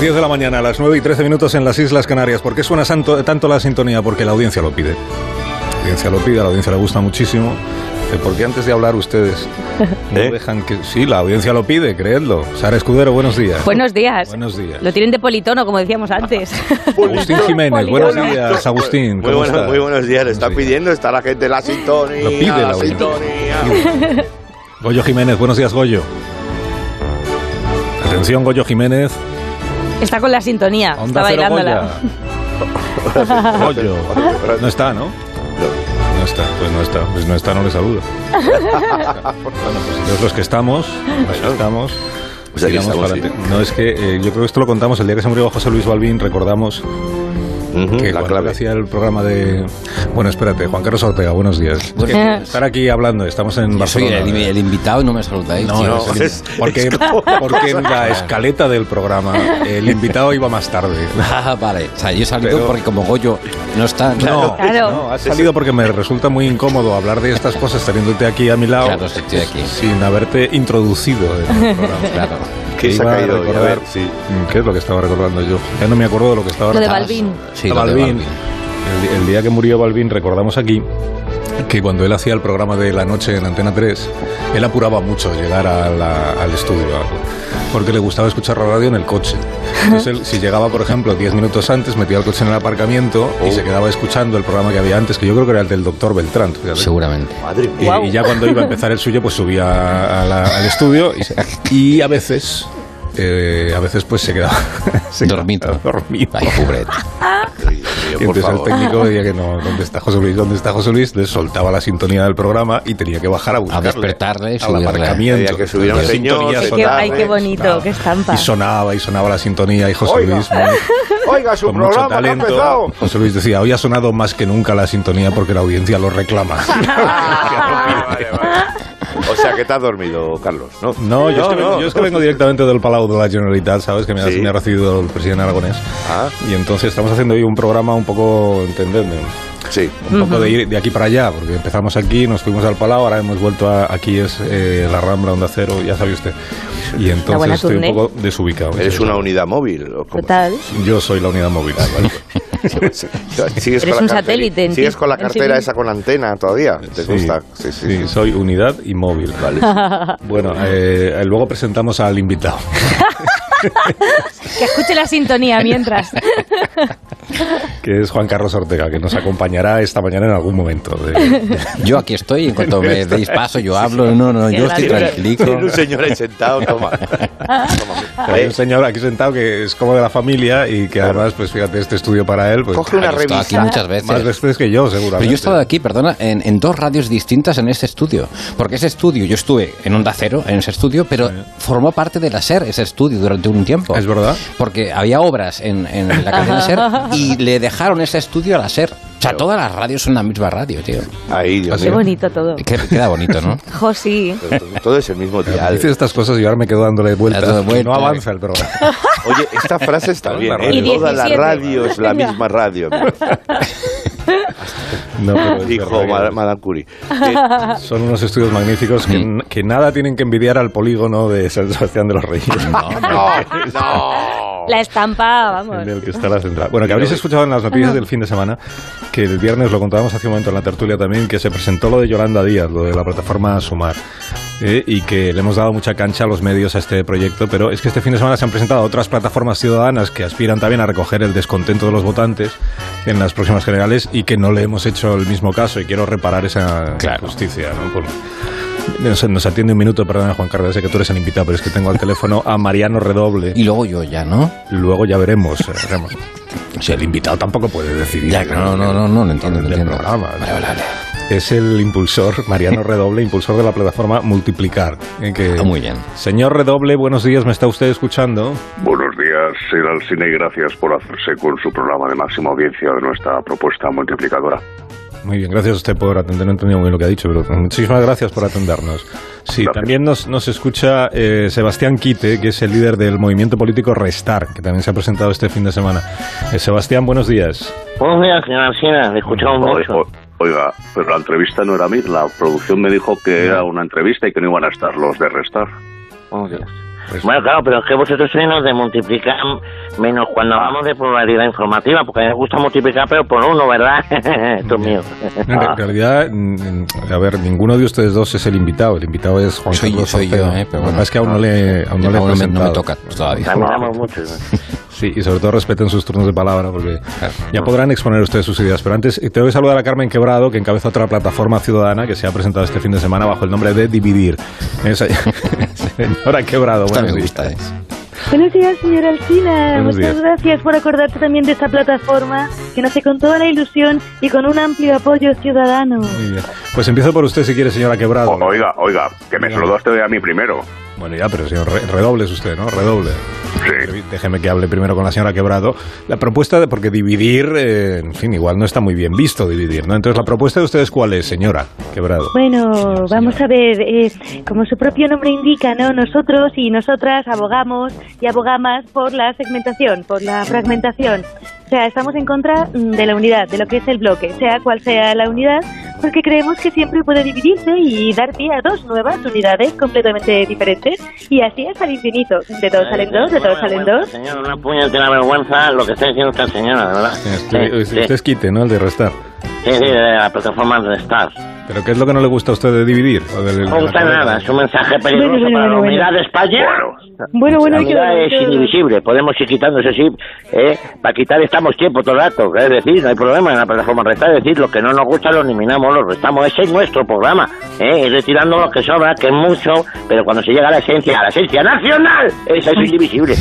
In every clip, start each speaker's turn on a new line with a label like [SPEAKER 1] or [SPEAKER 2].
[SPEAKER 1] 10 de la mañana, a las 9 y 13 minutos en las Islas Canarias. ¿Por qué suena santo, tanto la sintonía? Porque la audiencia lo pide. La audiencia lo pide, a la audiencia le gusta muchísimo. Eh, Porque antes de hablar ustedes no ¿Eh? dejan que... Sí, la audiencia lo pide, creedlo. Sara Escudero, buenos días.
[SPEAKER 2] Buenos días.
[SPEAKER 1] Buenos días.
[SPEAKER 2] Lo tienen de politono, como decíamos antes.
[SPEAKER 1] Agustín Jiménez, buenos días, Agustín.
[SPEAKER 3] Muy, bueno, muy buenos días, le está pidiendo, está la gente la sintonía.
[SPEAKER 1] Lo pide la, la sintonía. Goyo Jiménez, buenos días, Goyo. Atención, Goyo Jiménez.
[SPEAKER 2] Está con la sintonía, Onda está bailándola.
[SPEAKER 1] Goyo. No está, ¿no? No está, pues no está, pues no está, no le saludo. bueno, pues los que estamos, los que estamos. Pues estamos sí. No es que eh, yo creo que esto lo contamos el día que se murió José Luis Balvin, recordamos Uh -huh, que la clave. hacía el programa de... Bueno, espérate, Juan Carlos Ortega, buenos días. Es que estar aquí hablando, estamos en
[SPEAKER 4] Yo
[SPEAKER 1] Barcelona.
[SPEAKER 4] Soy el, el, invitado y no me saludáis.
[SPEAKER 1] No, no es, es, porque, porque en la escaleta del programa el invitado iba más tarde.
[SPEAKER 4] Ah, vale, o sea, yo he salido Pero, porque como Goyo no está...
[SPEAKER 1] No, claro. no, has salido porque me resulta muy incómodo hablar de estas cosas teniéndote aquí a mi lado
[SPEAKER 4] claro, estoy aquí.
[SPEAKER 1] sin haberte introducido en el programa.
[SPEAKER 3] Claro. ¿Qué se ha caído?
[SPEAKER 1] Recordar, a ver, sí. ¿Qué es lo que estaba recordando yo? Ya no me acuerdo de lo que estaba
[SPEAKER 2] Lo de Balvin.
[SPEAKER 1] Sí, Balvin. El, el, día que murió Balvin, recordamos aquí que cuando él hacía el programa de la noche en Antena 3, él apuraba mucho llegar a la, al estudio, porque le gustaba escuchar la radio en el coche. Entonces él, si llegaba, por ejemplo, 10 minutos antes, metía el coche en el aparcamiento oh. y se quedaba escuchando el programa que había antes, que yo creo que era el del doctor Beltrán.
[SPEAKER 4] Fíjate. Seguramente.
[SPEAKER 1] Madre mía. Y, wow. y, ya cuando iba a empezar el suyo, pues subía a la, al estudio y, y a veces eh, a veces pues se quedaba
[SPEAKER 4] dormido.
[SPEAKER 1] dormido.
[SPEAKER 4] Ay, pobre.
[SPEAKER 1] Y entonces el técnico veía que no, ¿dónde está José Luis? ¿Dónde está José Luis? Le soltaba la sintonía del programa y tenía que bajar a buscarle.
[SPEAKER 4] A despertarle,
[SPEAKER 1] al aparcamiento.
[SPEAKER 3] Que subiera
[SPEAKER 1] la ¿eh?
[SPEAKER 3] señor, ¿eh?
[SPEAKER 2] ay, qué, ay, qué bonito, sonaba. qué estampa.
[SPEAKER 1] Y sonaba, y sonaba la sintonía y José
[SPEAKER 3] oiga,
[SPEAKER 1] Luis...
[SPEAKER 3] oiga, su
[SPEAKER 1] con
[SPEAKER 3] programa
[SPEAKER 1] mucho talento.
[SPEAKER 3] Ha
[SPEAKER 1] José Luis decía, hoy ha sonado más que nunca la sintonía porque la audiencia lo reclama.
[SPEAKER 3] vale, vale. O sea, que te has dormido, Carlos, ¿no?
[SPEAKER 1] No, yo, no, es, que, no. yo es, que, vengo directamente del Palau de la Generalitat, ¿sabes? Que me, ¿Sí? me ha recibido el presidente aragonés. Ah. Y entonces estamos haciendo hoy un programa un poco, ¿entendedme?
[SPEAKER 3] Sí.
[SPEAKER 1] Un uh -huh. poco de ir de aquí para allá, porque empezamos aquí, nos fuimos al Palau, ahora hemos vuelto a, aquí es eh, la Rambla, Onda Cero, ya sabe usted. Y entonces estoy turné. un poco desubicado.
[SPEAKER 3] ¿Eres ¿sabes? una unidad móvil?
[SPEAKER 2] ¿o Total.
[SPEAKER 1] Yo soy la unidad móvil. Vale,
[SPEAKER 2] pues. ¿Sigues Eres con un satélite.
[SPEAKER 3] Sigues con la cartera esa con la antena todavía. ¿Te sí, gusta?
[SPEAKER 1] Sí, sí, sí, soy unidad y móvil. Vale. bueno, eh, luego presentamos al invitado.
[SPEAKER 2] que escuche la sintonía mientras.
[SPEAKER 1] que es Juan Carlos Ortega, que nos acompañará esta mañana en algún momento. De...
[SPEAKER 4] Yo aquí estoy, en cuanto me deis paso, yo hablo. No, no, yo estoy tranquilo.
[SPEAKER 3] Tiene un señor ahí sentado, toma. Eh,
[SPEAKER 1] toma. Hay un señor aquí sentado que es como de la familia y que además, pues fíjate, este estudio para él. Pues,
[SPEAKER 3] Coge una revista.
[SPEAKER 4] aquí muchas veces.
[SPEAKER 1] Más veces que yo, seguramente.
[SPEAKER 4] Pero yo he estado aquí, perdona, en, en, dos radios distintas en este estudio. Porque ese estudio, yo estuve en Onda Cero, en ese estudio, pero sí. formó parte de la SER, ese estudio, durante un tiempo.
[SPEAKER 1] Es verdad.
[SPEAKER 4] Porque había obras en, en la cadena SER y le dejaron ese estudio a la SER. O sea, todas las radios son la misma radio, tío.
[SPEAKER 3] Ahí, Dios
[SPEAKER 2] Qué bonito todo.
[SPEAKER 4] Queda bonito, ¿no?
[SPEAKER 2] Jo, sí.
[SPEAKER 3] Todo es el mismo día.
[SPEAKER 1] Dices estas cosas y ahora me quedo dándole vueltas. no avanza el programa.
[SPEAKER 3] Oye, esta frase está bien. ¿eh? Toda la radio es la misma radio. No, pero Dijo Madame Curie.
[SPEAKER 1] Son unos estudios magníficos que, que, nada tienen que envidiar al polígono de San Sebastián de los Reyes.
[SPEAKER 3] No, no, no.
[SPEAKER 2] La estampa, vamos.
[SPEAKER 1] En el que está la central. Bueno, que habréis escuchado en las noticias del fin de semana que el viernes lo contábamos hace un momento en la tertulia también, que se presentó lo de Yolanda Díaz, lo de la plataforma Sumar, eh, y que le hemos dado mucha cancha a los medios a este proyecto, pero es que este fin de semana se han presentado otras plataformas ciudadanas que aspiran también a recoger el descontento de los votantes en las próximas generales y que no le hemos hecho el mismo caso y quiero reparar esa
[SPEAKER 4] claro.
[SPEAKER 1] justicia. ¿no? Por, Nos, nos atiende un minuto, perdona Juan Carlos, sé que tú eres el invitado, pero es que tengo al teléfono a Mariano Redoble.
[SPEAKER 4] Y luego yo ya, ¿no?
[SPEAKER 1] Luego ya veremos. eh, veremos. Si el invitado tampoco puede decidir.
[SPEAKER 4] Ya, no, no, no, no, lo entiendo, lo entiendo.
[SPEAKER 1] programa. Es el impulsor, Mariano Redoble, impulsor de la plataforma Multiplicar. eh,
[SPEAKER 4] Ah, muy bien.
[SPEAKER 1] Señor Redoble, buenos días, ¿me está usted escuchando?
[SPEAKER 5] Buenos días, el Alcine, y gracias por hacerse con su programa de máxima audiencia de nuestra propuesta multiplicadora.
[SPEAKER 1] Muy bien, gracias a usted por atender. No he entendido muy bien lo que ha dicho, pero muchísimas gracias por atendernos. Sí,
[SPEAKER 5] Gracias.
[SPEAKER 1] también nos, nos escucha eh, Sebastián Quite, que es el líder del movimiento político Restar, que también se ha presentado este fin de semana. Eh, Sebastián, buenos días.
[SPEAKER 6] Buenos días, señora Alcina, le escuchamos mucho.
[SPEAKER 5] O- Oiga, pero la entrevista no era mía, la producción me dijo que era una entrevista y que no iban a estar los de restar.
[SPEAKER 6] Buenos días. Bueno, claro, pero es que vosotros sois los de multiplicar menos cuando hablamos de probabilidad informativa, porque a mí me gusta multiplicar, pero por uno, ¿verdad? Esto es mío.
[SPEAKER 1] No, En
[SPEAKER 6] Ah.
[SPEAKER 1] re- en realidad, mm, a ver, ninguno de ustedes dos es el invitado. El invitado es Juan
[SPEAKER 4] Soy yo,
[SPEAKER 1] Carlos
[SPEAKER 4] soy yo,
[SPEAKER 1] Ortega.
[SPEAKER 4] eh, pero
[SPEAKER 1] Lo que
[SPEAKER 4] bueno.
[SPEAKER 1] pasa es que aún no le, aún no le he
[SPEAKER 4] Aún no me- no me
[SPEAKER 1] presentado.
[SPEAKER 4] toca pues, todavía.
[SPEAKER 6] Caminamos mucho.
[SPEAKER 1] Sí, y sobre todo respeten sus turnos de palabra, porque ya podrán exponer ustedes sus ideas. Pero antes, eh, tengo que saludar a Carmen Quebrado, que encabeza otra plataforma ciudadana que se ha presentado este fin de semana bajo el nombre de Dividir. Esa- Señora Quebrado,
[SPEAKER 4] Esta me
[SPEAKER 1] buenos días.
[SPEAKER 4] gusta, ¿eh?
[SPEAKER 7] Buenos días, señora Alcina.
[SPEAKER 1] Buenos
[SPEAKER 7] Muchas
[SPEAKER 1] días.
[SPEAKER 7] gracias por acordarte también de esta plataforma que nace con toda la ilusión y con un amplio apoyo ciudadano.
[SPEAKER 1] Muy bien. Pues empiezo por usted si quiere, señora Quebrado.
[SPEAKER 5] O- oiga, oiga, que me saludaste a mí primero.
[SPEAKER 1] Bueno, ya, pero señor, re- redoble es usted, ¿no? Redoble.
[SPEAKER 5] Sí.
[SPEAKER 1] Déjeme que hable primero con la señora Quebrado. La propuesta, de, porque dividir, eh, en fin, igual no está muy bien visto dividir, ¿no? Entonces, ¿la propuesta de ustedes cuál es, señora Quebrado?
[SPEAKER 7] Bueno, vamos a ver, eh, como su propio nombre indica, ¿no? Nosotros y nosotras abogamos y abogamas por la segmentación, por la fragmentación. O sea, estamos en contra mm, de la unidad, de lo que es el bloque, sea cual sea la unidad, porque creemos que siempre puede dividirse y dar pie a dos nuevas unidades completamente diferentes. Y así hasta el infinito. De todos salen dos, de todos salen dos.
[SPEAKER 6] Señor, una puñetera vergüenza lo que está diciendo esta señora, de ¿verdad?
[SPEAKER 1] Usted,
[SPEAKER 6] Sí, sí,
[SPEAKER 1] Eh, usted es quite, ¿no? El de restar.
[SPEAKER 6] sí, sí, de la plataforma de Star.
[SPEAKER 1] ¿Pero qué es lo que no le gusta a usted de dividir? O del- de
[SPEAKER 6] No me
[SPEAKER 1] la
[SPEAKER 6] gusta
[SPEAKER 1] cadena?
[SPEAKER 6] nada, es un mensaje peligroso
[SPEAKER 7] Bueno, bueno,
[SPEAKER 6] para la
[SPEAKER 7] bueno, bueno.
[SPEAKER 6] unidad de España.
[SPEAKER 5] Bueno,
[SPEAKER 7] Bueno, bueno,
[SPEAKER 6] La
[SPEAKER 7] hay que
[SPEAKER 6] unidad es indivisible, podemos ir quitando ese chip, ¿eh? para quitar estamos tiempo todo el rato, es decir, no hay problema en la plataforma restar, es decir, lo que no nos gusta lo eliminamos, lo restamos, ese es nuestro programa, ¿eh? y retirando lo que sobra, que es mucho, pero cuando se llega a la esencia, a la esencia nacional, esa es indivisible.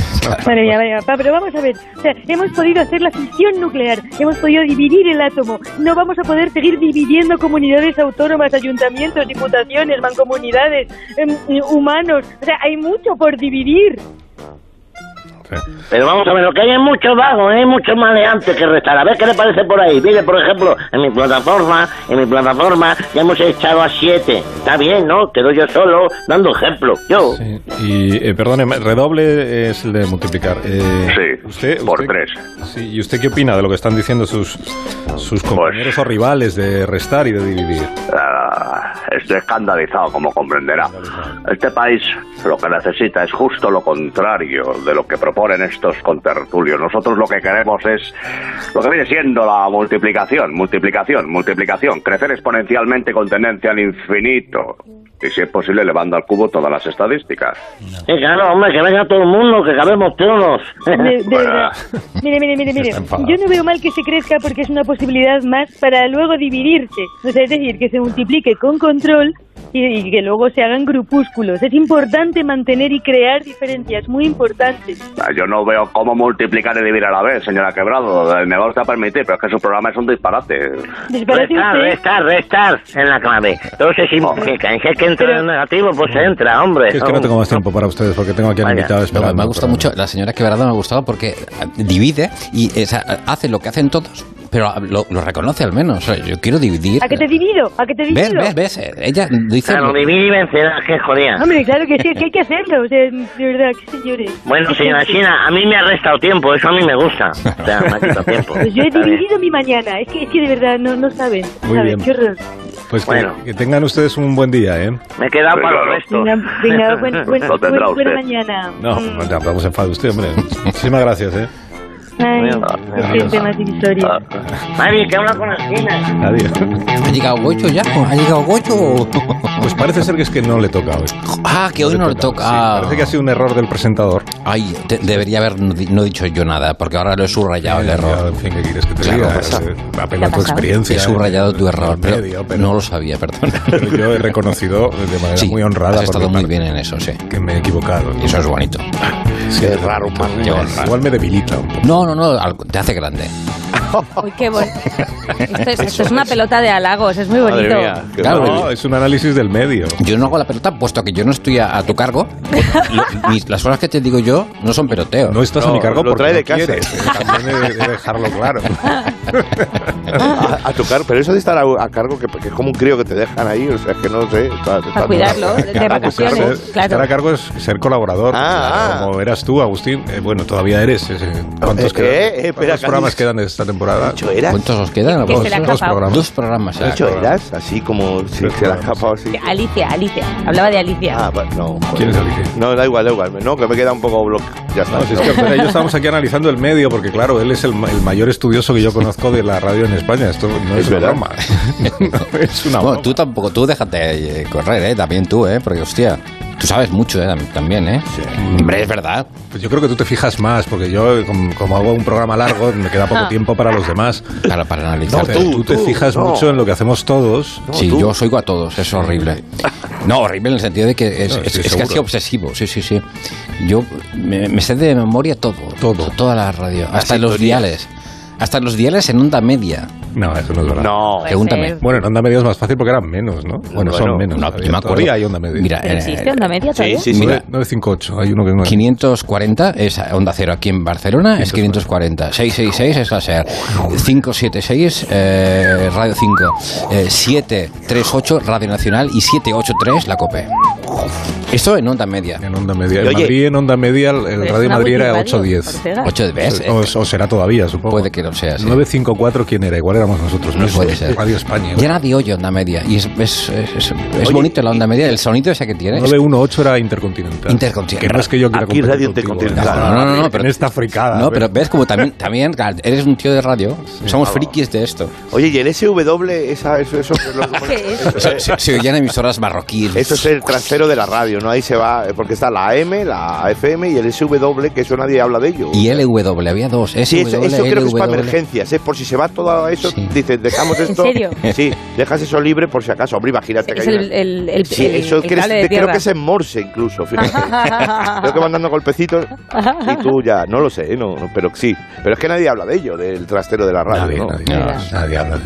[SPEAKER 7] Madre mía, madre mía, papá, pero vamos a ver. O sea, hemos podido hacer la fisión nuclear, hemos podido dividir el átomo. No vamos a poder seguir dividiendo comunidades autónomas, ayuntamientos, diputaciones, mancomunidades, em, eh, humanos. O sea, hay mucho por dividir.
[SPEAKER 1] Sí.
[SPEAKER 6] Pero vamos a ver, lo que hay es mucho vago, ¿eh? hay mucho maleante que restar. A ver qué le parece por ahí. Mire, por ejemplo, en mi plataforma, en mi plataforma ya hemos echado a siete. Está bien, ¿no? Quedo yo solo dando ejemplo. Yo.
[SPEAKER 1] Sí. Y, eh, perdone, redoble es el de multiplicar. Eh,
[SPEAKER 5] Sí, por tres.
[SPEAKER 1] Sí, ¿Y usted qué opina de lo que están diciendo sus, sus compañeros o rivales de restar y de dividir?
[SPEAKER 5] Ah, estoy escandalizado, como comprenderá. Este país lo que necesita es justo lo contrario de lo que proponen estos contertulios. Nosotros lo que queremos es lo que viene siendo la multiplicación, multiplicación, multiplicación, crecer exponencialmente con tendencia al infinito. Y si es posible, elevando al cubo todas las estadísticas.
[SPEAKER 6] Sí, claro, hombre, que venga todo el mundo, que cabemos todos.
[SPEAKER 7] De, de verdad. Mire, mire, mire, mire.
[SPEAKER 1] está enfadado.
[SPEAKER 7] Yo no veo mal que se crezca porque es una posibilidad más para luego dividirse. O sea, es decir, que se multiplique con control y, y que luego se hagan grupúsculos. Es importante mantener y crear diferencias, muy importante.
[SPEAKER 5] Ah, Yo no veo cómo multiplicar y dividir a la vez, señora Quebrado. Eh, Me va usted a permitir, pero es que su programa es un disparate.
[SPEAKER 7] Desbarate
[SPEAKER 6] Restar,
[SPEAKER 7] usted.
[SPEAKER 6] restar, restar en la clave. Entonces, si que, que entra en negativo, pues entra, hombre.
[SPEAKER 1] Es que no tengo más tiempo para ustedes porque tengo aquí al
[SPEAKER 6] Vaya.
[SPEAKER 1] invitado
[SPEAKER 4] No,
[SPEAKER 1] esperando.
[SPEAKER 4] me ha gustado
[SPEAKER 1] pero-
[SPEAKER 4] mucho, la señora Quebrada me ha gustado porque eh, divide y o sea, hace lo que hacen todos, pero lo, lo reconoce al menos. O sea, yo quiero dividir.
[SPEAKER 7] ¿A qué te divido? ¿A qué te divido?
[SPEAKER 4] ¿Ves, ves, ves? Ella dice...
[SPEAKER 6] Claro, vivir y vencerás, que jodía.
[SPEAKER 7] Hombre, claro que sí, es que hay que hacerlo. O sea, de verdad, que señores.
[SPEAKER 6] Bueno, señora China, a mí me ha restado tiempo, eso a mí me gusta. O sea, me ha quitado tiempo.
[SPEAKER 7] Pues yo he
[SPEAKER 6] Está bien.
[SPEAKER 7] dividido mi mañana. Es que, es que de verdad no, no saben. no
[SPEAKER 1] Muy
[SPEAKER 7] saben,
[SPEAKER 1] bien.
[SPEAKER 7] Qué horror.
[SPEAKER 1] Pues que,
[SPEAKER 6] Bueno.
[SPEAKER 1] que tengan ustedes un buen día, ¿eh?
[SPEAKER 6] Me he quedado
[SPEAKER 5] Pero
[SPEAKER 6] para los
[SPEAKER 5] claro.
[SPEAKER 6] restos.
[SPEAKER 7] Venga, venga, buen, buen-
[SPEAKER 5] Lo tendrá
[SPEAKER 7] buen- buena
[SPEAKER 5] usted.
[SPEAKER 7] mañana.
[SPEAKER 1] No,
[SPEAKER 7] Mm.
[SPEAKER 1] no, tampoco se enfade usted, hombre. Muchísimas gracias, ¿eh?
[SPEAKER 7] Ay, qué temas historia.
[SPEAKER 6] Mari, que habla con las finas.
[SPEAKER 1] Adiós.
[SPEAKER 4] ¿Ha llegado Gocho ya? ¿Ha llegado Gocho?
[SPEAKER 1] Pues parece ser que es que no le toca hoy.
[SPEAKER 4] Ah, que hoy no le
[SPEAKER 1] Sí,
[SPEAKER 4] toca.
[SPEAKER 1] parece que ha sido un error del presentador.
[SPEAKER 4] Ay, te- debería haber no, di- no dicho yo nada, porque ahora lo he subrayado el
[SPEAKER 1] Ya,
[SPEAKER 4] error.
[SPEAKER 1] Eh, En fin, ¿qué quieres que te
[SPEAKER 4] Claro,
[SPEAKER 1] diga?
[SPEAKER 4] pasa.
[SPEAKER 1] Eh, Apelo a tu
[SPEAKER 2] pasado?
[SPEAKER 1] experiencia. eh,
[SPEAKER 4] He subrayado tu error, pero
[SPEAKER 1] Medio, pero-
[SPEAKER 4] no lo sabía, perdón.
[SPEAKER 1] pero yo he reconocido de manera
[SPEAKER 4] Sí,
[SPEAKER 1] muy honrada
[SPEAKER 4] Has
[SPEAKER 1] por
[SPEAKER 4] estado
[SPEAKER 1] mi
[SPEAKER 4] muy
[SPEAKER 1] parte
[SPEAKER 4] bien en eso, sí.
[SPEAKER 1] que me he equivocado.
[SPEAKER 4] Y eso es bonito.
[SPEAKER 3] Qué raro, Paco.
[SPEAKER 4] Qué honra.
[SPEAKER 1] Igual me debilita un poco.
[SPEAKER 4] No, no, no, al- te hace grande.
[SPEAKER 2] Uy, qué bueno. Esto es, esto es una pelota de halagos, es muy
[SPEAKER 3] Madre
[SPEAKER 2] bonito.
[SPEAKER 3] mía. qué
[SPEAKER 4] Claro,
[SPEAKER 3] raro.
[SPEAKER 1] No, es un análisis del medio.
[SPEAKER 4] Yo no hago la pelota, puesto que yo no estoy a, a tu cargo. Lo- mis- las horas que te digo yo no son peloteos.
[SPEAKER 1] No estás
[SPEAKER 3] No,
[SPEAKER 1] a mi cargo
[SPEAKER 3] lo
[SPEAKER 1] porque
[SPEAKER 3] trae
[SPEAKER 1] no
[SPEAKER 3] de casa.
[SPEAKER 1] quieres. Eh, También he de dejarlo claro.
[SPEAKER 3] A, a tocar, pero eso de estar a, a cargo, que, que es como un crío que te dejan ahí, o sea, es que no sé. está- está-
[SPEAKER 7] Ah.
[SPEAKER 2] Para cuidarlo, de vacaciones,
[SPEAKER 1] Ser- Estar a
[SPEAKER 2] claro.
[SPEAKER 1] cargo es ser colaborador.
[SPEAKER 3] Ah,
[SPEAKER 1] claro,
[SPEAKER 3] ah.
[SPEAKER 1] Como eras tú, Agustín. Eh, bueno, todavía eres. eh, ¿Cuántos,
[SPEAKER 3] Eh, eh, espera,
[SPEAKER 1] cuántos
[SPEAKER 3] casi-
[SPEAKER 1] programas quedan de esta temporada?
[SPEAKER 3] ¿Dicho eras?
[SPEAKER 4] ¿Cuántos os quedan?
[SPEAKER 2] Que se
[SPEAKER 4] Dos,
[SPEAKER 2] le ha
[SPEAKER 1] dos
[SPEAKER 2] escapado.
[SPEAKER 1] programas. ¿eh?
[SPEAKER 4] dos programas. ya.
[SPEAKER 3] ¿Dicho eras? Así como si se la ha escapado así.
[SPEAKER 2] Que Alicia, Alicia. Hablaba de Alicia.
[SPEAKER 3] Ah, pues no. joder.
[SPEAKER 1] ¿Quién es Alicia?
[SPEAKER 3] No, da igual, da igual. No, que me queda un poco bloque. Ya está.
[SPEAKER 1] No, si es que Alfredo y yo estábamos aquí analizando el medio, porque claro, él es el, ma- el mayor estudioso que yo conozco de la radio en España. Esto no es,
[SPEAKER 3] Es
[SPEAKER 1] una
[SPEAKER 3] verdad.
[SPEAKER 1] broma. No es una
[SPEAKER 4] Bueno,
[SPEAKER 1] broma.
[SPEAKER 4] tú tampoco, tú déjate eh, correr, ¿eh? También tú, ¿eh? Porque, hostia, tú sabes mucho, ¿eh? También, ¿eh? Hombre, es verdad.
[SPEAKER 1] Pues yo creo que tú te fijas más, porque yo, eh, com- como, hago un programa largo, me queda poco tiempo para los demás.
[SPEAKER 4] Para, para analizar.
[SPEAKER 1] Pero
[SPEAKER 3] Ah. tú,
[SPEAKER 1] tú, te
[SPEAKER 3] tú,
[SPEAKER 1] fijas
[SPEAKER 3] no.
[SPEAKER 1] mucho en lo que hacemos todos.
[SPEAKER 4] Sí,
[SPEAKER 3] tú.
[SPEAKER 4] yo os oigo a todos, es horrible. No, horrible en el sentido de que es,
[SPEAKER 1] No,
[SPEAKER 4] es-
[SPEAKER 1] sí,
[SPEAKER 4] es
[SPEAKER 1] seguro.
[SPEAKER 4] casi obsesivo, sí, sí, sí. Yo me, me sé de memoria todo,
[SPEAKER 1] Todo.
[SPEAKER 4] toda la radio, hasta los diales, hasta los diales en onda media.
[SPEAKER 1] No, eso no es verdad.
[SPEAKER 3] No.
[SPEAKER 2] Puede
[SPEAKER 4] pregúntame.
[SPEAKER 2] ser.
[SPEAKER 1] Bueno, en onda media es más fácil porque eran menos, ¿no? Bueno, son
[SPEAKER 3] bueno,
[SPEAKER 1] menos.
[SPEAKER 4] no,
[SPEAKER 1] todavía.
[SPEAKER 4] yo me acuerdo.
[SPEAKER 1] Todavía hay onda media.
[SPEAKER 4] Mira,
[SPEAKER 2] ¿Pero
[SPEAKER 4] eh,
[SPEAKER 2] existe onda media todavía?
[SPEAKER 3] sí, sí.
[SPEAKER 4] mira,
[SPEAKER 1] 958, hay uno que no es.
[SPEAKER 4] 540 es onda cero aquí en Barcelona, es 540. 666 es la SER. 576 eh, Radio 5. Eh, 738 Radio Nacional y 783 la COPE. Esto en onda media.
[SPEAKER 1] En onda media. En
[SPEAKER 3] Oye.
[SPEAKER 1] Madrid, en onda media, el- el
[SPEAKER 2] Pero es
[SPEAKER 1] Radio
[SPEAKER 2] una
[SPEAKER 1] Madrid era
[SPEAKER 2] multiradio,
[SPEAKER 1] 810.
[SPEAKER 2] Ortega.
[SPEAKER 4] 8 de vez.
[SPEAKER 1] O, o será todavía, supongo.
[SPEAKER 4] Puede que lo sea, sí.
[SPEAKER 1] 954, ¿quién era? Igual éramos nosotros.
[SPEAKER 4] No
[SPEAKER 1] mismos.
[SPEAKER 4] puede ser.
[SPEAKER 1] Radio España.
[SPEAKER 4] Ya nadie oye onda media. Y es, es, es- es- es bonito la onda media, el sonido ese que tiene.
[SPEAKER 1] 918 era Intercontinental.
[SPEAKER 4] Intercontinental.
[SPEAKER 1] Que no es que yo quiera
[SPEAKER 3] Aquí Radio
[SPEAKER 1] competir contigo. ¿eh?
[SPEAKER 3] Intercontinental.
[SPEAKER 4] No, no, no, no, pero-
[SPEAKER 1] En esta fricada.
[SPEAKER 4] No,
[SPEAKER 1] a ver.
[SPEAKER 4] pero ves como también, también claro, eres un tío de radio.
[SPEAKER 3] Ah,
[SPEAKER 4] Somos frikis de esto.
[SPEAKER 3] Oye, y el SW, esa, eso, eso, que es lo que pones-
[SPEAKER 2] ¿Qué es?
[SPEAKER 3] eso,
[SPEAKER 4] Se, se- se oían emisoras marroquíes.
[SPEAKER 3] eso es el trasero de la radio, ¿no? Ahí se va, eh, porque está la AM, la FM y el SW, que eso nadie habla de ello.
[SPEAKER 4] Y LW, había dos. SW,
[SPEAKER 3] Sí, eso, eso creo que es para
[SPEAKER 4] LW.
[SPEAKER 3] emergencias, ¿eh? Por si se va todo eso,
[SPEAKER 4] Sí.
[SPEAKER 3] dices, dejamos
[SPEAKER 2] ¿En
[SPEAKER 3] esto.
[SPEAKER 2] serio?
[SPEAKER 3] Sí, dejas eso libre por si acaso. Hombre, imagínate
[SPEAKER 2] Es
[SPEAKER 3] que hay
[SPEAKER 2] el,
[SPEAKER 3] una-
[SPEAKER 2] el, el,
[SPEAKER 3] Sí,
[SPEAKER 2] el-
[SPEAKER 3] eso
[SPEAKER 2] el
[SPEAKER 3] crees-
[SPEAKER 2] cable de
[SPEAKER 3] creo
[SPEAKER 2] tierra.
[SPEAKER 3] que es en Morse incluso, fíjate. creo que van dando golpecitos y tú ya, no lo sé, ¿eh? no, no, pero sí. Pero es que nadie habla de ello, del trastero de la radio,
[SPEAKER 1] Nadie,
[SPEAKER 3] ¿no?
[SPEAKER 1] nadie,
[SPEAKER 4] No.
[SPEAKER 1] nadie, nadie habla.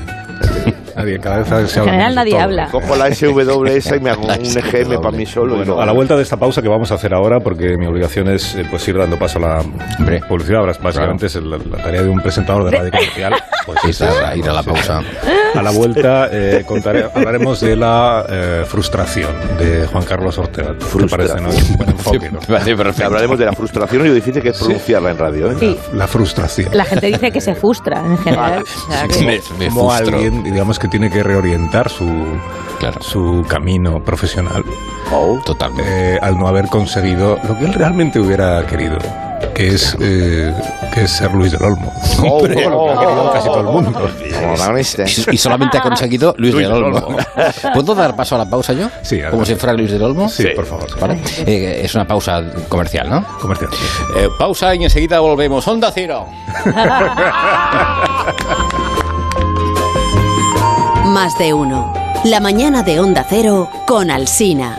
[SPEAKER 1] Nadie, cada vez se
[SPEAKER 2] En
[SPEAKER 1] habla
[SPEAKER 2] general
[SPEAKER 1] menos de
[SPEAKER 2] nadie
[SPEAKER 1] todo.
[SPEAKER 2] habla.
[SPEAKER 3] Cojo la SWS y me hago un EGM para mí solo. y
[SPEAKER 1] Bueno,
[SPEAKER 3] luego-
[SPEAKER 1] a la vuelta de esta pausa que vamos a hacer ahora, porque mi obligación es eh, pues ir dando paso a la
[SPEAKER 4] Hombre.
[SPEAKER 1] publicidad, ahora es básicamente es la, la tarea de un presentador de radio comercial. Pues
[SPEAKER 4] Sí,
[SPEAKER 1] es
[SPEAKER 4] está, ir a la
[SPEAKER 1] sí,
[SPEAKER 4] pausa.
[SPEAKER 1] A la vuelta eh, contare- hablaremos de la eh, frustración de Juan Carlos Ortega. ¿Te parece,
[SPEAKER 3] Frustración.
[SPEAKER 1] no? Es un buen enfoque, ¿no?
[SPEAKER 4] Vale, perfecto.
[SPEAKER 3] Hablaremos de la frustración y lo difícil que es pronunciarla en radio, ¿eh?
[SPEAKER 2] Sí,
[SPEAKER 1] La frustración.
[SPEAKER 2] la gente dice que se frustra en general. O sea, que-
[SPEAKER 4] Me, me
[SPEAKER 1] Como
[SPEAKER 4] frustro.
[SPEAKER 1] alguien, digamos, que tiene que reorientar su,
[SPEAKER 4] Claro.
[SPEAKER 1] su camino profesional
[SPEAKER 3] Oh.
[SPEAKER 4] Totalmente.
[SPEAKER 1] eh, al no haber conseguido lo que él realmente hubiera querido, que es, eh, que es ser Luis del Olmo.
[SPEAKER 3] Hombre.
[SPEAKER 1] Lo que ha
[SPEAKER 3] oh,
[SPEAKER 1] querido casi todo el mundo.
[SPEAKER 3] Como la honesta.
[SPEAKER 4] Y solamente ha conseguido Luis, del Olmo. ¿Puedo dar paso a la pausa yo?
[SPEAKER 1] Sí, adelante.
[SPEAKER 4] Como si fuera Luis del Olmo.
[SPEAKER 1] Sí, por favor.
[SPEAKER 4] Vale. Eh, es una pausa comercial, ¿no?
[SPEAKER 1] Comercial.
[SPEAKER 4] Eh, pausa y enseguida volvemos. Onda Cero.
[SPEAKER 8] Más de uno. La mañana de Onda Cero con Alsina.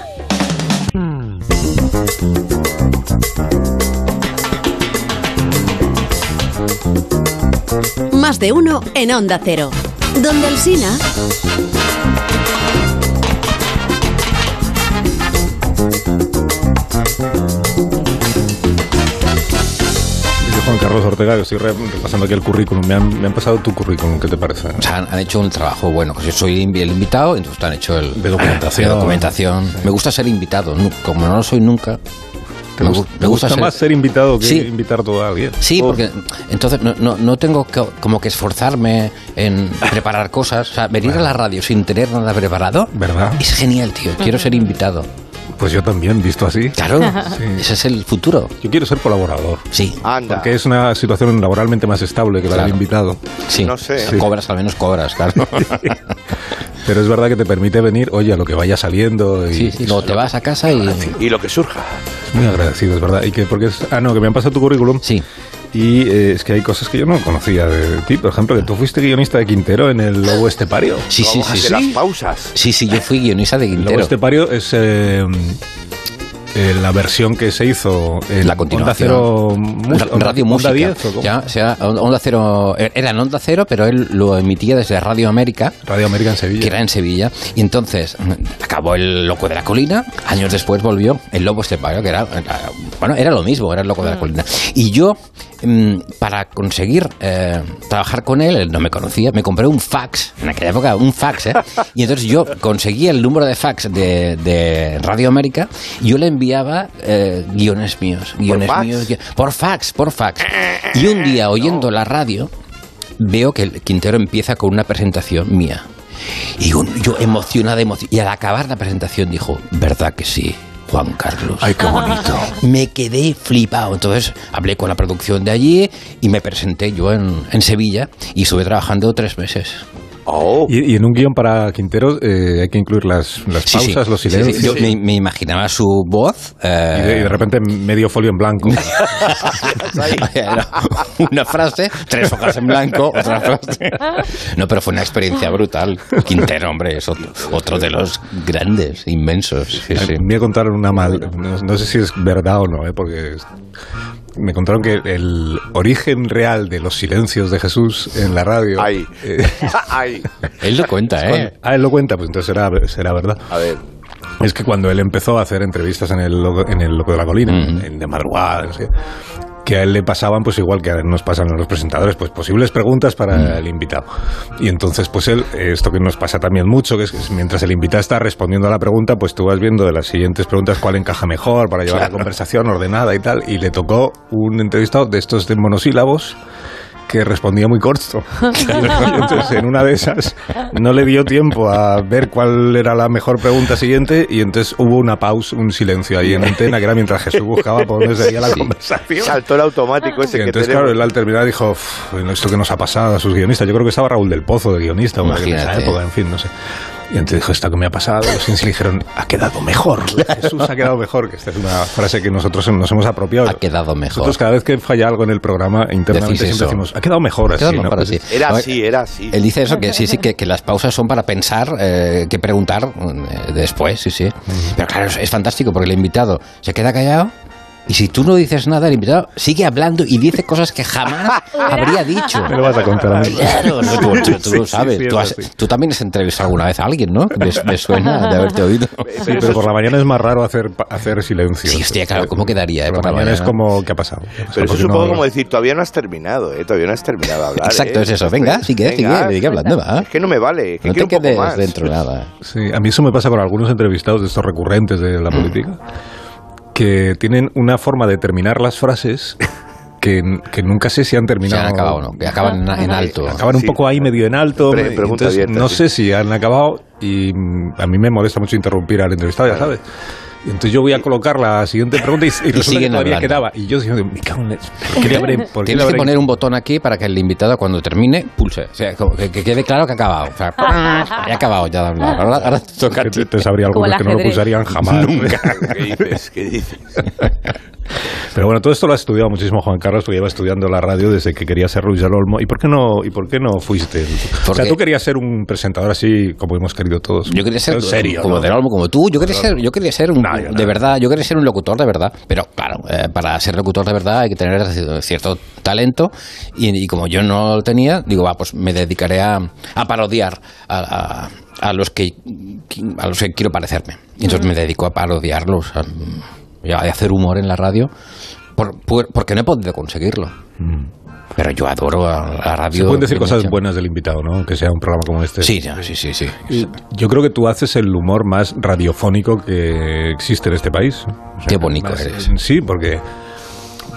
[SPEAKER 8] Más de uno en Onda Cero. Donde Alsina.
[SPEAKER 1] Dice Juan Carlos Ortega, que estoy re- repasando aquí el currículum. Me han, me han pasado tu currículum, ¿qué te parece?
[SPEAKER 4] O sea, han, han hecho un trabajo bueno. Pues Yo soy invi- el invitado, entonces han hecho el,
[SPEAKER 1] De documentación.
[SPEAKER 4] de documentación. Me gusta ser invitado. nu- Como no lo soy nunca,
[SPEAKER 1] ¿Te gus-
[SPEAKER 4] gu-
[SPEAKER 1] te gusta, más ser invitado que
[SPEAKER 4] Sí.
[SPEAKER 1] invitar todo a alguien? Oh.
[SPEAKER 4] Sí, porque entonces no, no, no tengo que- como que esforzarme en preparar cosas. O sea, venir a la radio sin tener nada preparado
[SPEAKER 1] ¿Verdad?
[SPEAKER 4] es genial, tío. Quiero ser invitado.
[SPEAKER 1] Pues yo también, visto así.
[SPEAKER 4] Claro, ese es el futuro.
[SPEAKER 1] Yo quiero ser colaborador.
[SPEAKER 4] Sí.
[SPEAKER 3] Anda.
[SPEAKER 1] Porque es una situación laboralmente más estable que la del
[SPEAKER 4] Claro.
[SPEAKER 1] invitado.
[SPEAKER 4] Sí.
[SPEAKER 3] No sé.
[SPEAKER 1] Sí.
[SPEAKER 4] Cobras, al menos cobras, claro.
[SPEAKER 1] Pero es verdad que te permite venir, oye, a lo que vaya saliendo. Y
[SPEAKER 4] Sí, sí, luego te vas a casa y...
[SPEAKER 3] Y lo que surja.
[SPEAKER 1] Muy agradecido, es verdad. Y que porque es- ah, no, que me han pasado tu currículum.
[SPEAKER 4] Sí.
[SPEAKER 1] Y eh, es que hay cosas que yo no conocía de ti. Por ejemplo, que tú fuiste guionista de Quintero en el Lobo Estepario.
[SPEAKER 4] Sí, sí, sí.
[SPEAKER 3] Hojas de
[SPEAKER 4] Sí,
[SPEAKER 3] las pausas.
[SPEAKER 4] sí, sí, yo fui guionista de
[SPEAKER 1] El Lobo
[SPEAKER 4] Quintero.
[SPEAKER 1] Estepario este es eh, eh, la versión que se hizo en
[SPEAKER 4] Eh, La continuación.
[SPEAKER 1] Onda Cero Mu-
[SPEAKER 4] Ra- Radio
[SPEAKER 1] Onda
[SPEAKER 4] Música.
[SPEAKER 1] 10, ¿o cómo?
[SPEAKER 4] ya, o sea, Onda Cero, er, era en Onda Cero, pero él lo emitía desde Radio América.
[SPEAKER 1] Radio América en Sevilla.
[SPEAKER 4] que era en Sevilla. Y entonces mm, acabó el Loco de la Colina, años después volvió el Lobo Estepario, que era, era- bueno, era lo mismo, era el Loco de la
[SPEAKER 1] Ah.
[SPEAKER 4] Colina. Y yo, mm, para conseguir eh, trabajar con él, él no me conocía, me compré un fax, en aquella época un fax, ¿eh? Y entonces yo conseguí el número de fax de, de Radio América y yo le enviaba eh, guiones míos, guiones
[SPEAKER 3] fax?
[SPEAKER 4] míos, gui- por fax, por fax. Y un día, oyendo la radio, veo que el Quintero empieza con una presentación mía. Y un- yo emocionada, emoci- Y al acabar la presentación dijo, ¿verdad que sí, Juan Carlos?
[SPEAKER 1] Ay, qué bonito.
[SPEAKER 4] Me quedé flipado. Entonces hablé con la producción de allí y me presenté yo en, en Sevilla y estuve trabajando tres meses.
[SPEAKER 3] Oh.
[SPEAKER 1] Y, y en un guión para Quintero eh, hay que incluir las, las
[SPEAKER 4] Sí, sí.
[SPEAKER 1] pausas, los
[SPEAKER 4] Sí, sí.
[SPEAKER 1] silencios.
[SPEAKER 4] Yo me, me imaginaba su voz. eh,
[SPEAKER 1] Y de, y de repente medio folio en blanco.
[SPEAKER 4] Era una frase, tres hojas en blanco, otra frase. No, pero fue una experiencia brutal. Quintero, hombre, es otro, otro de los grandes, inmensos. Sí, sí.
[SPEAKER 1] Me contaron una mal, no, no sé si es verdad o no, ¿eh? porque es- me contaron que el origen real de los silencios de Jesús en la radio.
[SPEAKER 3] Ahí.
[SPEAKER 1] eh,
[SPEAKER 3] Ahí.
[SPEAKER 4] Él lo cuenta,
[SPEAKER 1] cuando-
[SPEAKER 4] ¿eh?
[SPEAKER 1] ah, él lo cuenta, pues entonces será, será verdad.
[SPEAKER 3] A ver.
[SPEAKER 1] Es que cuando él empezó a hacer entrevistas en el Loco, en el Loco de la Colina,
[SPEAKER 4] Ujú.
[SPEAKER 1] en de madrugada, no sé, que a él le pasaban, pues igual que a- nos pasan a los presentadores, pues posibles preguntas para el invitado. Y entonces, pues él, eh, esto que nos pasa también mucho, que es que mientras el invitado está respondiendo a la pregunta, pues tú vas viendo de las siguientes preguntas cuál encaja mejor para llevar la conversación ordenada y tal. Y le tocó un entrevistado de estos de monosílabos que respondía muy corto. Entonces, en una de esas, no le dio tiempo a ver cuál era la mejor pregunta siguiente y entonces hubo una pausa, un silencio ahí en antena, que era mientras Jesús buscaba por dónde seguía la
[SPEAKER 4] Sí.
[SPEAKER 1] conversación.
[SPEAKER 3] Saltó el automático ese
[SPEAKER 1] Y
[SPEAKER 3] que
[SPEAKER 1] entonces,
[SPEAKER 3] tenemos.
[SPEAKER 1] claro, él al terminar dijo, "Uf, bueno, esto que nos ha pasado a sus guionistas, yo creo que estaba Raúl del Pozo de guionista o algo en esa
[SPEAKER 4] Imagínate.
[SPEAKER 1] época, en fin, no sé. Y entonces dijo, esto que me ha pasado, los Sins le dijeron, ha quedado mejor, Jesús ha quedado mejor, que esta es una frase que nosotros nos hemos apropiado.
[SPEAKER 4] Ha quedado mejor.
[SPEAKER 1] Nosotros cada vez que falla algo en el programa, internamente
[SPEAKER 4] Decís
[SPEAKER 1] siempre
[SPEAKER 4] eso.
[SPEAKER 1] decimos, ha quedado mejor así.
[SPEAKER 4] Quedó
[SPEAKER 1] ¿no?
[SPEAKER 4] mejor
[SPEAKER 1] Pues
[SPEAKER 4] así.
[SPEAKER 3] Era
[SPEAKER 4] A ver,
[SPEAKER 3] así, era así.
[SPEAKER 4] Él dice eso, que sí, sí, que, que las pausas son para pensar eh, qué preguntar eh, después, sí, sí. Pero claro, es, es fantástico porque el invitado se queda callado y si tú no dices nada, el invitado sigue hablando y dice cosas que jamás habría dicho.
[SPEAKER 1] Me lo vas a contar a mí.
[SPEAKER 4] Claro, no, tú, tú- tú
[SPEAKER 1] Sí,
[SPEAKER 4] lo
[SPEAKER 1] sí,
[SPEAKER 4] sabes.
[SPEAKER 1] sí,
[SPEAKER 4] tú,
[SPEAKER 1] es
[SPEAKER 4] has-
[SPEAKER 1] así.
[SPEAKER 4] tú también has entrevistado alguna vez a alguien, ¿no? Me, me suena de haberte oído.
[SPEAKER 1] Sí, pero por la mañana es más raro hacer, hacer silencio.
[SPEAKER 4] Sí, hostia, claro, ¿cómo quedaría, eh,
[SPEAKER 1] Por,
[SPEAKER 4] por
[SPEAKER 1] la
[SPEAKER 4] la
[SPEAKER 1] mañana, es
[SPEAKER 4] mañana?
[SPEAKER 1] como, ¿qué ha pasado? ¿Qué ha pasado?
[SPEAKER 3] Pero eso
[SPEAKER 1] Porque
[SPEAKER 3] supongo
[SPEAKER 1] no-
[SPEAKER 3] como decir, todavía no has terminado, ¿eh? Todavía no has terminado de hablar.
[SPEAKER 4] Exacto,
[SPEAKER 3] ¿eh?
[SPEAKER 4] es eso. Venga, sigue,
[SPEAKER 3] Venga.
[SPEAKER 4] sigue, sigue hablando, va.
[SPEAKER 3] Es que no me vale. es que
[SPEAKER 4] No te
[SPEAKER 3] quiero un poco
[SPEAKER 4] quedes
[SPEAKER 3] más.
[SPEAKER 4] dentro nada.
[SPEAKER 1] Sí, a mí eso me pasa con algunos entrevistados de estos recurrentes de
[SPEAKER 4] Mm.
[SPEAKER 1] la política, que tienen una forma de terminar las frases que, que nunca sé si han
[SPEAKER 4] Se
[SPEAKER 1] terminado.
[SPEAKER 4] han acabado, ¿no? Que acaban en, en alto.
[SPEAKER 1] Acaban un
[SPEAKER 3] Sí.
[SPEAKER 1] poco ahí medio en alto.
[SPEAKER 3] Pre-
[SPEAKER 1] medio-
[SPEAKER 3] pregunta
[SPEAKER 1] entonces,
[SPEAKER 3] abierta,
[SPEAKER 1] no
[SPEAKER 3] sí.
[SPEAKER 1] sé si han acabado y mm, a mí me molesta mucho interrumpir al entrevistado, ya sabes. Y entonces yo voy a colocar la siguiente pregunta y, y resulta que
[SPEAKER 4] siguen
[SPEAKER 1] todavía
[SPEAKER 4] hablando.
[SPEAKER 1] quedaba. Y yo digo, me cago en la- ¿por qué le habré- por qué le
[SPEAKER 4] Tienes que
[SPEAKER 1] habré-
[SPEAKER 4] poner un botón aquí para que el invitado cuando termine pulse. O sea, como que, que quede claro que ha acabado. O sea, ya ha acabado, ya. Ahora, ahora te toca a
[SPEAKER 1] que
[SPEAKER 4] ti.
[SPEAKER 1] te, te sabría
[SPEAKER 2] Como
[SPEAKER 1] algunos
[SPEAKER 2] el
[SPEAKER 1] que no lo
[SPEAKER 2] ajedrez.
[SPEAKER 1] pulsarían jamás.
[SPEAKER 3] ¿Qué dices? ¿Qué dices?
[SPEAKER 1] Pero bueno, todo esto lo ha estudiado muchísimo Juan Carlos, tú llevas estudiando la radio desde que quería ser Luis del Olmo. ¿Y por qué no, y por qué no fuiste? O sea,
[SPEAKER 4] Porque-
[SPEAKER 1] tú querías ser un presentador así como hemos querido todos.
[SPEAKER 4] Yo quería ser
[SPEAKER 1] en serio.
[SPEAKER 4] como
[SPEAKER 1] ¿no?
[SPEAKER 4] del Olmo, como tú. Yo quería ser, yo quería ser un,
[SPEAKER 1] No, yo no.
[SPEAKER 4] de verdad, yo quería ser un locutor de verdad. Pero claro, eh, para ser locutor de verdad hay que tener ci- cierto talento. Y, y como yo no lo tenía, digo, va, pues me dedicaré a, a parodiar a, a- a los que a los que quiero parecerme. Y entonces me dedico a parodiarlos, a, y a hacer humor en la radio, por- por- porque no he podido conseguirlo. Pero yo adoro a la radio.
[SPEAKER 1] Mm. Se pueden decir cosas
[SPEAKER 4] mucho.
[SPEAKER 1] buenas del invitado, ¿no? Que sea un programa como este.
[SPEAKER 4] Sí, ya, sí, sí, sí.
[SPEAKER 1] Y Yo creo que tú haces el humor más radiofónico que existe en este país. O sea,
[SPEAKER 4] Qué bonito
[SPEAKER 1] más-
[SPEAKER 4] eres.
[SPEAKER 1] Sí, porque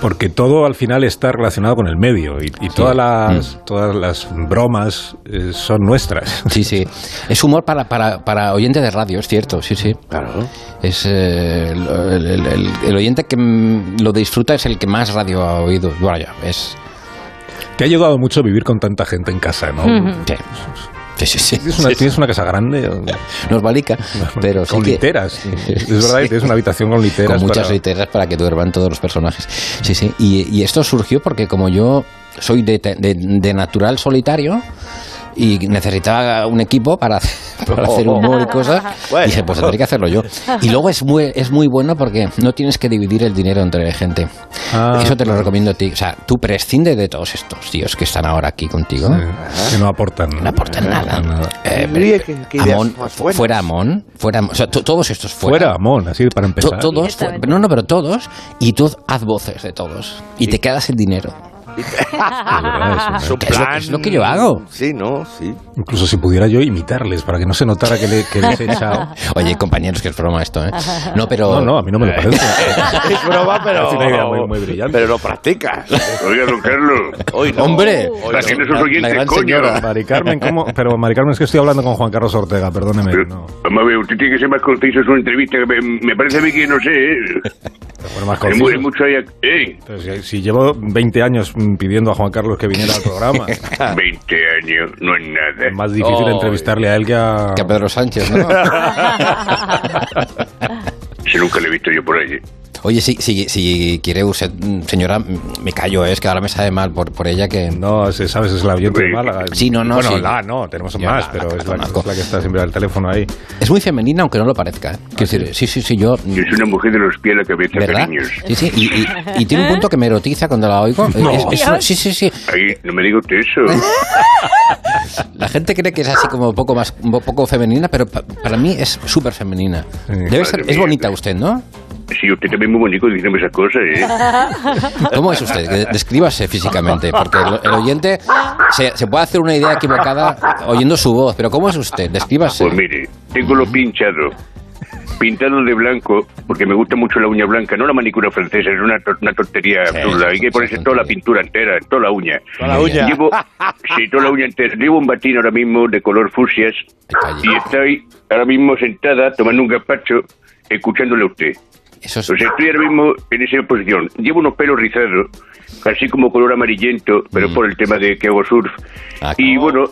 [SPEAKER 1] porque todo al final está relacionado con el medio y, y todas,
[SPEAKER 4] Mm.
[SPEAKER 1] las, todas las bromas eh, son nuestras.
[SPEAKER 4] Sí, sí. Es humor para, para, para oyente de radio, es cierto, sí, sí. Claro. Es, eh, el, el- el- el oyente que mm, lo disfruta es el que más radio ha oído. Bueno, ya, es...
[SPEAKER 1] Te ha ayudado mucho vivir con tanta gente en casa, ¿no?
[SPEAKER 2] Ujú.
[SPEAKER 4] Sí. Sí, sí, sí.
[SPEAKER 1] ¿Tienes, una, tienes una casa grande o-
[SPEAKER 4] Nos valica, pero sí
[SPEAKER 1] con
[SPEAKER 4] que-
[SPEAKER 1] literas. Es verdad que
[SPEAKER 4] Sí.
[SPEAKER 1] tienes una habitación con literas.
[SPEAKER 4] Con muchas
[SPEAKER 1] para-
[SPEAKER 4] literas para que duerman todos los personajes. Sí, sí. Y, y esto surgió porque como yo soy de, de- de natural solitario y necesitaba un equipo para, para hacer humor y cosas,
[SPEAKER 3] Bueno.
[SPEAKER 4] dije, pues tendré que hacerlo yo. Y luego es muy, es muy bueno porque no tienes que dividir el dinero entre gente.
[SPEAKER 1] Ah.
[SPEAKER 4] Eso te lo recomiendo a ti. O sea, tú prescinde de todos estos tíos que están ahora aquí contigo.
[SPEAKER 1] Sí, que no aportan.
[SPEAKER 4] No aportan nada. Eh,
[SPEAKER 3] Oye, qué- qué ideas
[SPEAKER 4] Amón,
[SPEAKER 3] más buenas.
[SPEAKER 4] fuera Amón, fuera, Amón, o sea, to- todos estos
[SPEAKER 1] Fuera,
[SPEAKER 4] fuera.
[SPEAKER 1] Amón, así para
[SPEAKER 4] To-
[SPEAKER 1] empezar.
[SPEAKER 4] todos, fu-
[SPEAKER 2] Directamente.
[SPEAKER 4] no, no, pero todos, y tú haz voces de todos, y te quedas el dinero.
[SPEAKER 3] Es un
[SPEAKER 1] Es verdad, Ah, es una-
[SPEAKER 4] Es lo-
[SPEAKER 3] plan-
[SPEAKER 4] es lo que yo hago.
[SPEAKER 3] Sí, no, sí.
[SPEAKER 1] Incluso si pudiera yo imitarles para que no se notara que, le- que les he echado.
[SPEAKER 4] Oye, compañeros, que es broma esto, ¿eh? No, pero...
[SPEAKER 1] No, no, a mí no me lo parece.
[SPEAKER 3] Es broma, pero.
[SPEAKER 1] Es una idea muy- muy brillante.
[SPEAKER 3] Pero lo practicas.
[SPEAKER 5] Oiga, don Carlos.
[SPEAKER 3] Hoy no.
[SPEAKER 4] ¡Hombre!
[SPEAKER 3] Hoy
[SPEAKER 5] ¿a
[SPEAKER 3] no.
[SPEAKER 5] quién es oyentes,
[SPEAKER 4] la gran
[SPEAKER 5] coño?
[SPEAKER 4] señora.
[SPEAKER 1] Mari Carmen, ¿cómo? Pero Mari Carmen, es que estoy hablando con Juan Carlos Ortega, perdóneme. No,
[SPEAKER 5] Vamos a ver, usted tiene que ser más conciso en su entrevista. que Me, me parece a mí que no sé, ¿eh?
[SPEAKER 1] bueno, más
[SPEAKER 5] Hay
[SPEAKER 1] conciso.
[SPEAKER 5] mu- hay mucho ahí. ac- ¿Eh?
[SPEAKER 1] Pero si, si llevo 20 años mm, pidiendo a Juan Carlos que viniera al programa, es
[SPEAKER 5] 20 años, no es nada.
[SPEAKER 1] más difícil
[SPEAKER 3] Ay.
[SPEAKER 1] entrevistarle a él que a...
[SPEAKER 4] Que a Pedro Sánchez, ¿no?
[SPEAKER 5] Si nunca lo he visto yo por allí.
[SPEAKER 4] Oye, si, si, si quiere usted, mm, señora, mm, me callo, ¿eh? es que ahora me sabe mal por, por ella que...
[SPEAKER 1] No, se- sabes, es la oyente de Málaga.
[SPEAKER 4] Sí, no, no,
[SPEAKER 1] Bueno,
[SPEAKER 4] sí.
[SPEAKER 1] la no, tenemos
[SPEAKER 4] Yo
[SPEAKER 1] más,
[SPEAKER 4] la-
[SPEAKER 1] pero
[SPEAKER 4] la
[SPEAKER 1] es, la,
[SPEAKER 4] conozco.
[SPEAKER 1] es la que está siempre al teléfono ahí. Ah,
[SPEAKER 4] Es muy femenina, aunque no lo parezca. ¿eh? Quiero decir, sí, sí, sí, yo... mm,
[SPEAKER 5] Yo soy una mujer de los pies a la cabeza,
[SPEAKER 4] ¿Verdad?
[SPEAKER 5] cariños.
[SPEAKER 4] Sí, sí, y, y- y tiene un punto que me erotiza cuando la oigo. Es- es una- sí, sí, sí.
[SPEAKER 5] Ahí, no me diga usted eso.
[SPEAKER 4] La gente cree que es así como poco más un poco femenina, pero pa- para mí es súper femenina. Debe ser,
[SPEAKER 5] Madre
[SPEAKER 4] es
[SPEAKER 5] mía.
[SPEAKER 4] bonita usted, ¿no?
[SPEAKER 5] Sí, usted también es muy bonito diciéndome esas cosas, ¿eh?
[SPEAKER 4] ¿Cómo es usted? Que Descríbase físicamente, porque el, el oyente se, se puede hacer una idea equivocada oyendo su voz, pero ¿cómo es usted? Descríbase.
[SPEAKER 5] Pues mire, tengo lo pinchado. Pintado de blanco, porque me gusta mucho la uña blanca, no la manicura francesa, es una, to- una tontería
[SPEAKER 4] Sí,
[SPEAKER 5] absurda. Hay que
[SPEAKER 4] es
[SPEAKER 5] ponerse
[SPEAKER 4] una
[SPEAKER 5] toda la
[SPEAKER 4] tontería.
[SPEAKER 5] pintura entera, toda la uña.
[SPEAKER 3] Toda la uña.
[SPEAKER 5] Llevo, sí, toda la uña entera. Llevo un batín ahora mismo de color fucsias
[SPEAKER 4] Ay,
[SPEAKER 5] y
[SPEAKER 4] calle.
[SPEAKER 5] estoy ahora mismo sentada tomando un gazpacho escuchándole a usted.
[SPEAKER 4] Eso es,
[SPEAKER 5] O sea, Pues estoy ahora mismo en esa posición. Llevo unos pelos rizados, casi como color amarillento, pero por el tema de que hago surf.
[SPEAKER 4] Mm. Ah,
[SPEAKER 5] y
[SPEAKER 4] claro.
[SPEAKER 5] bueno,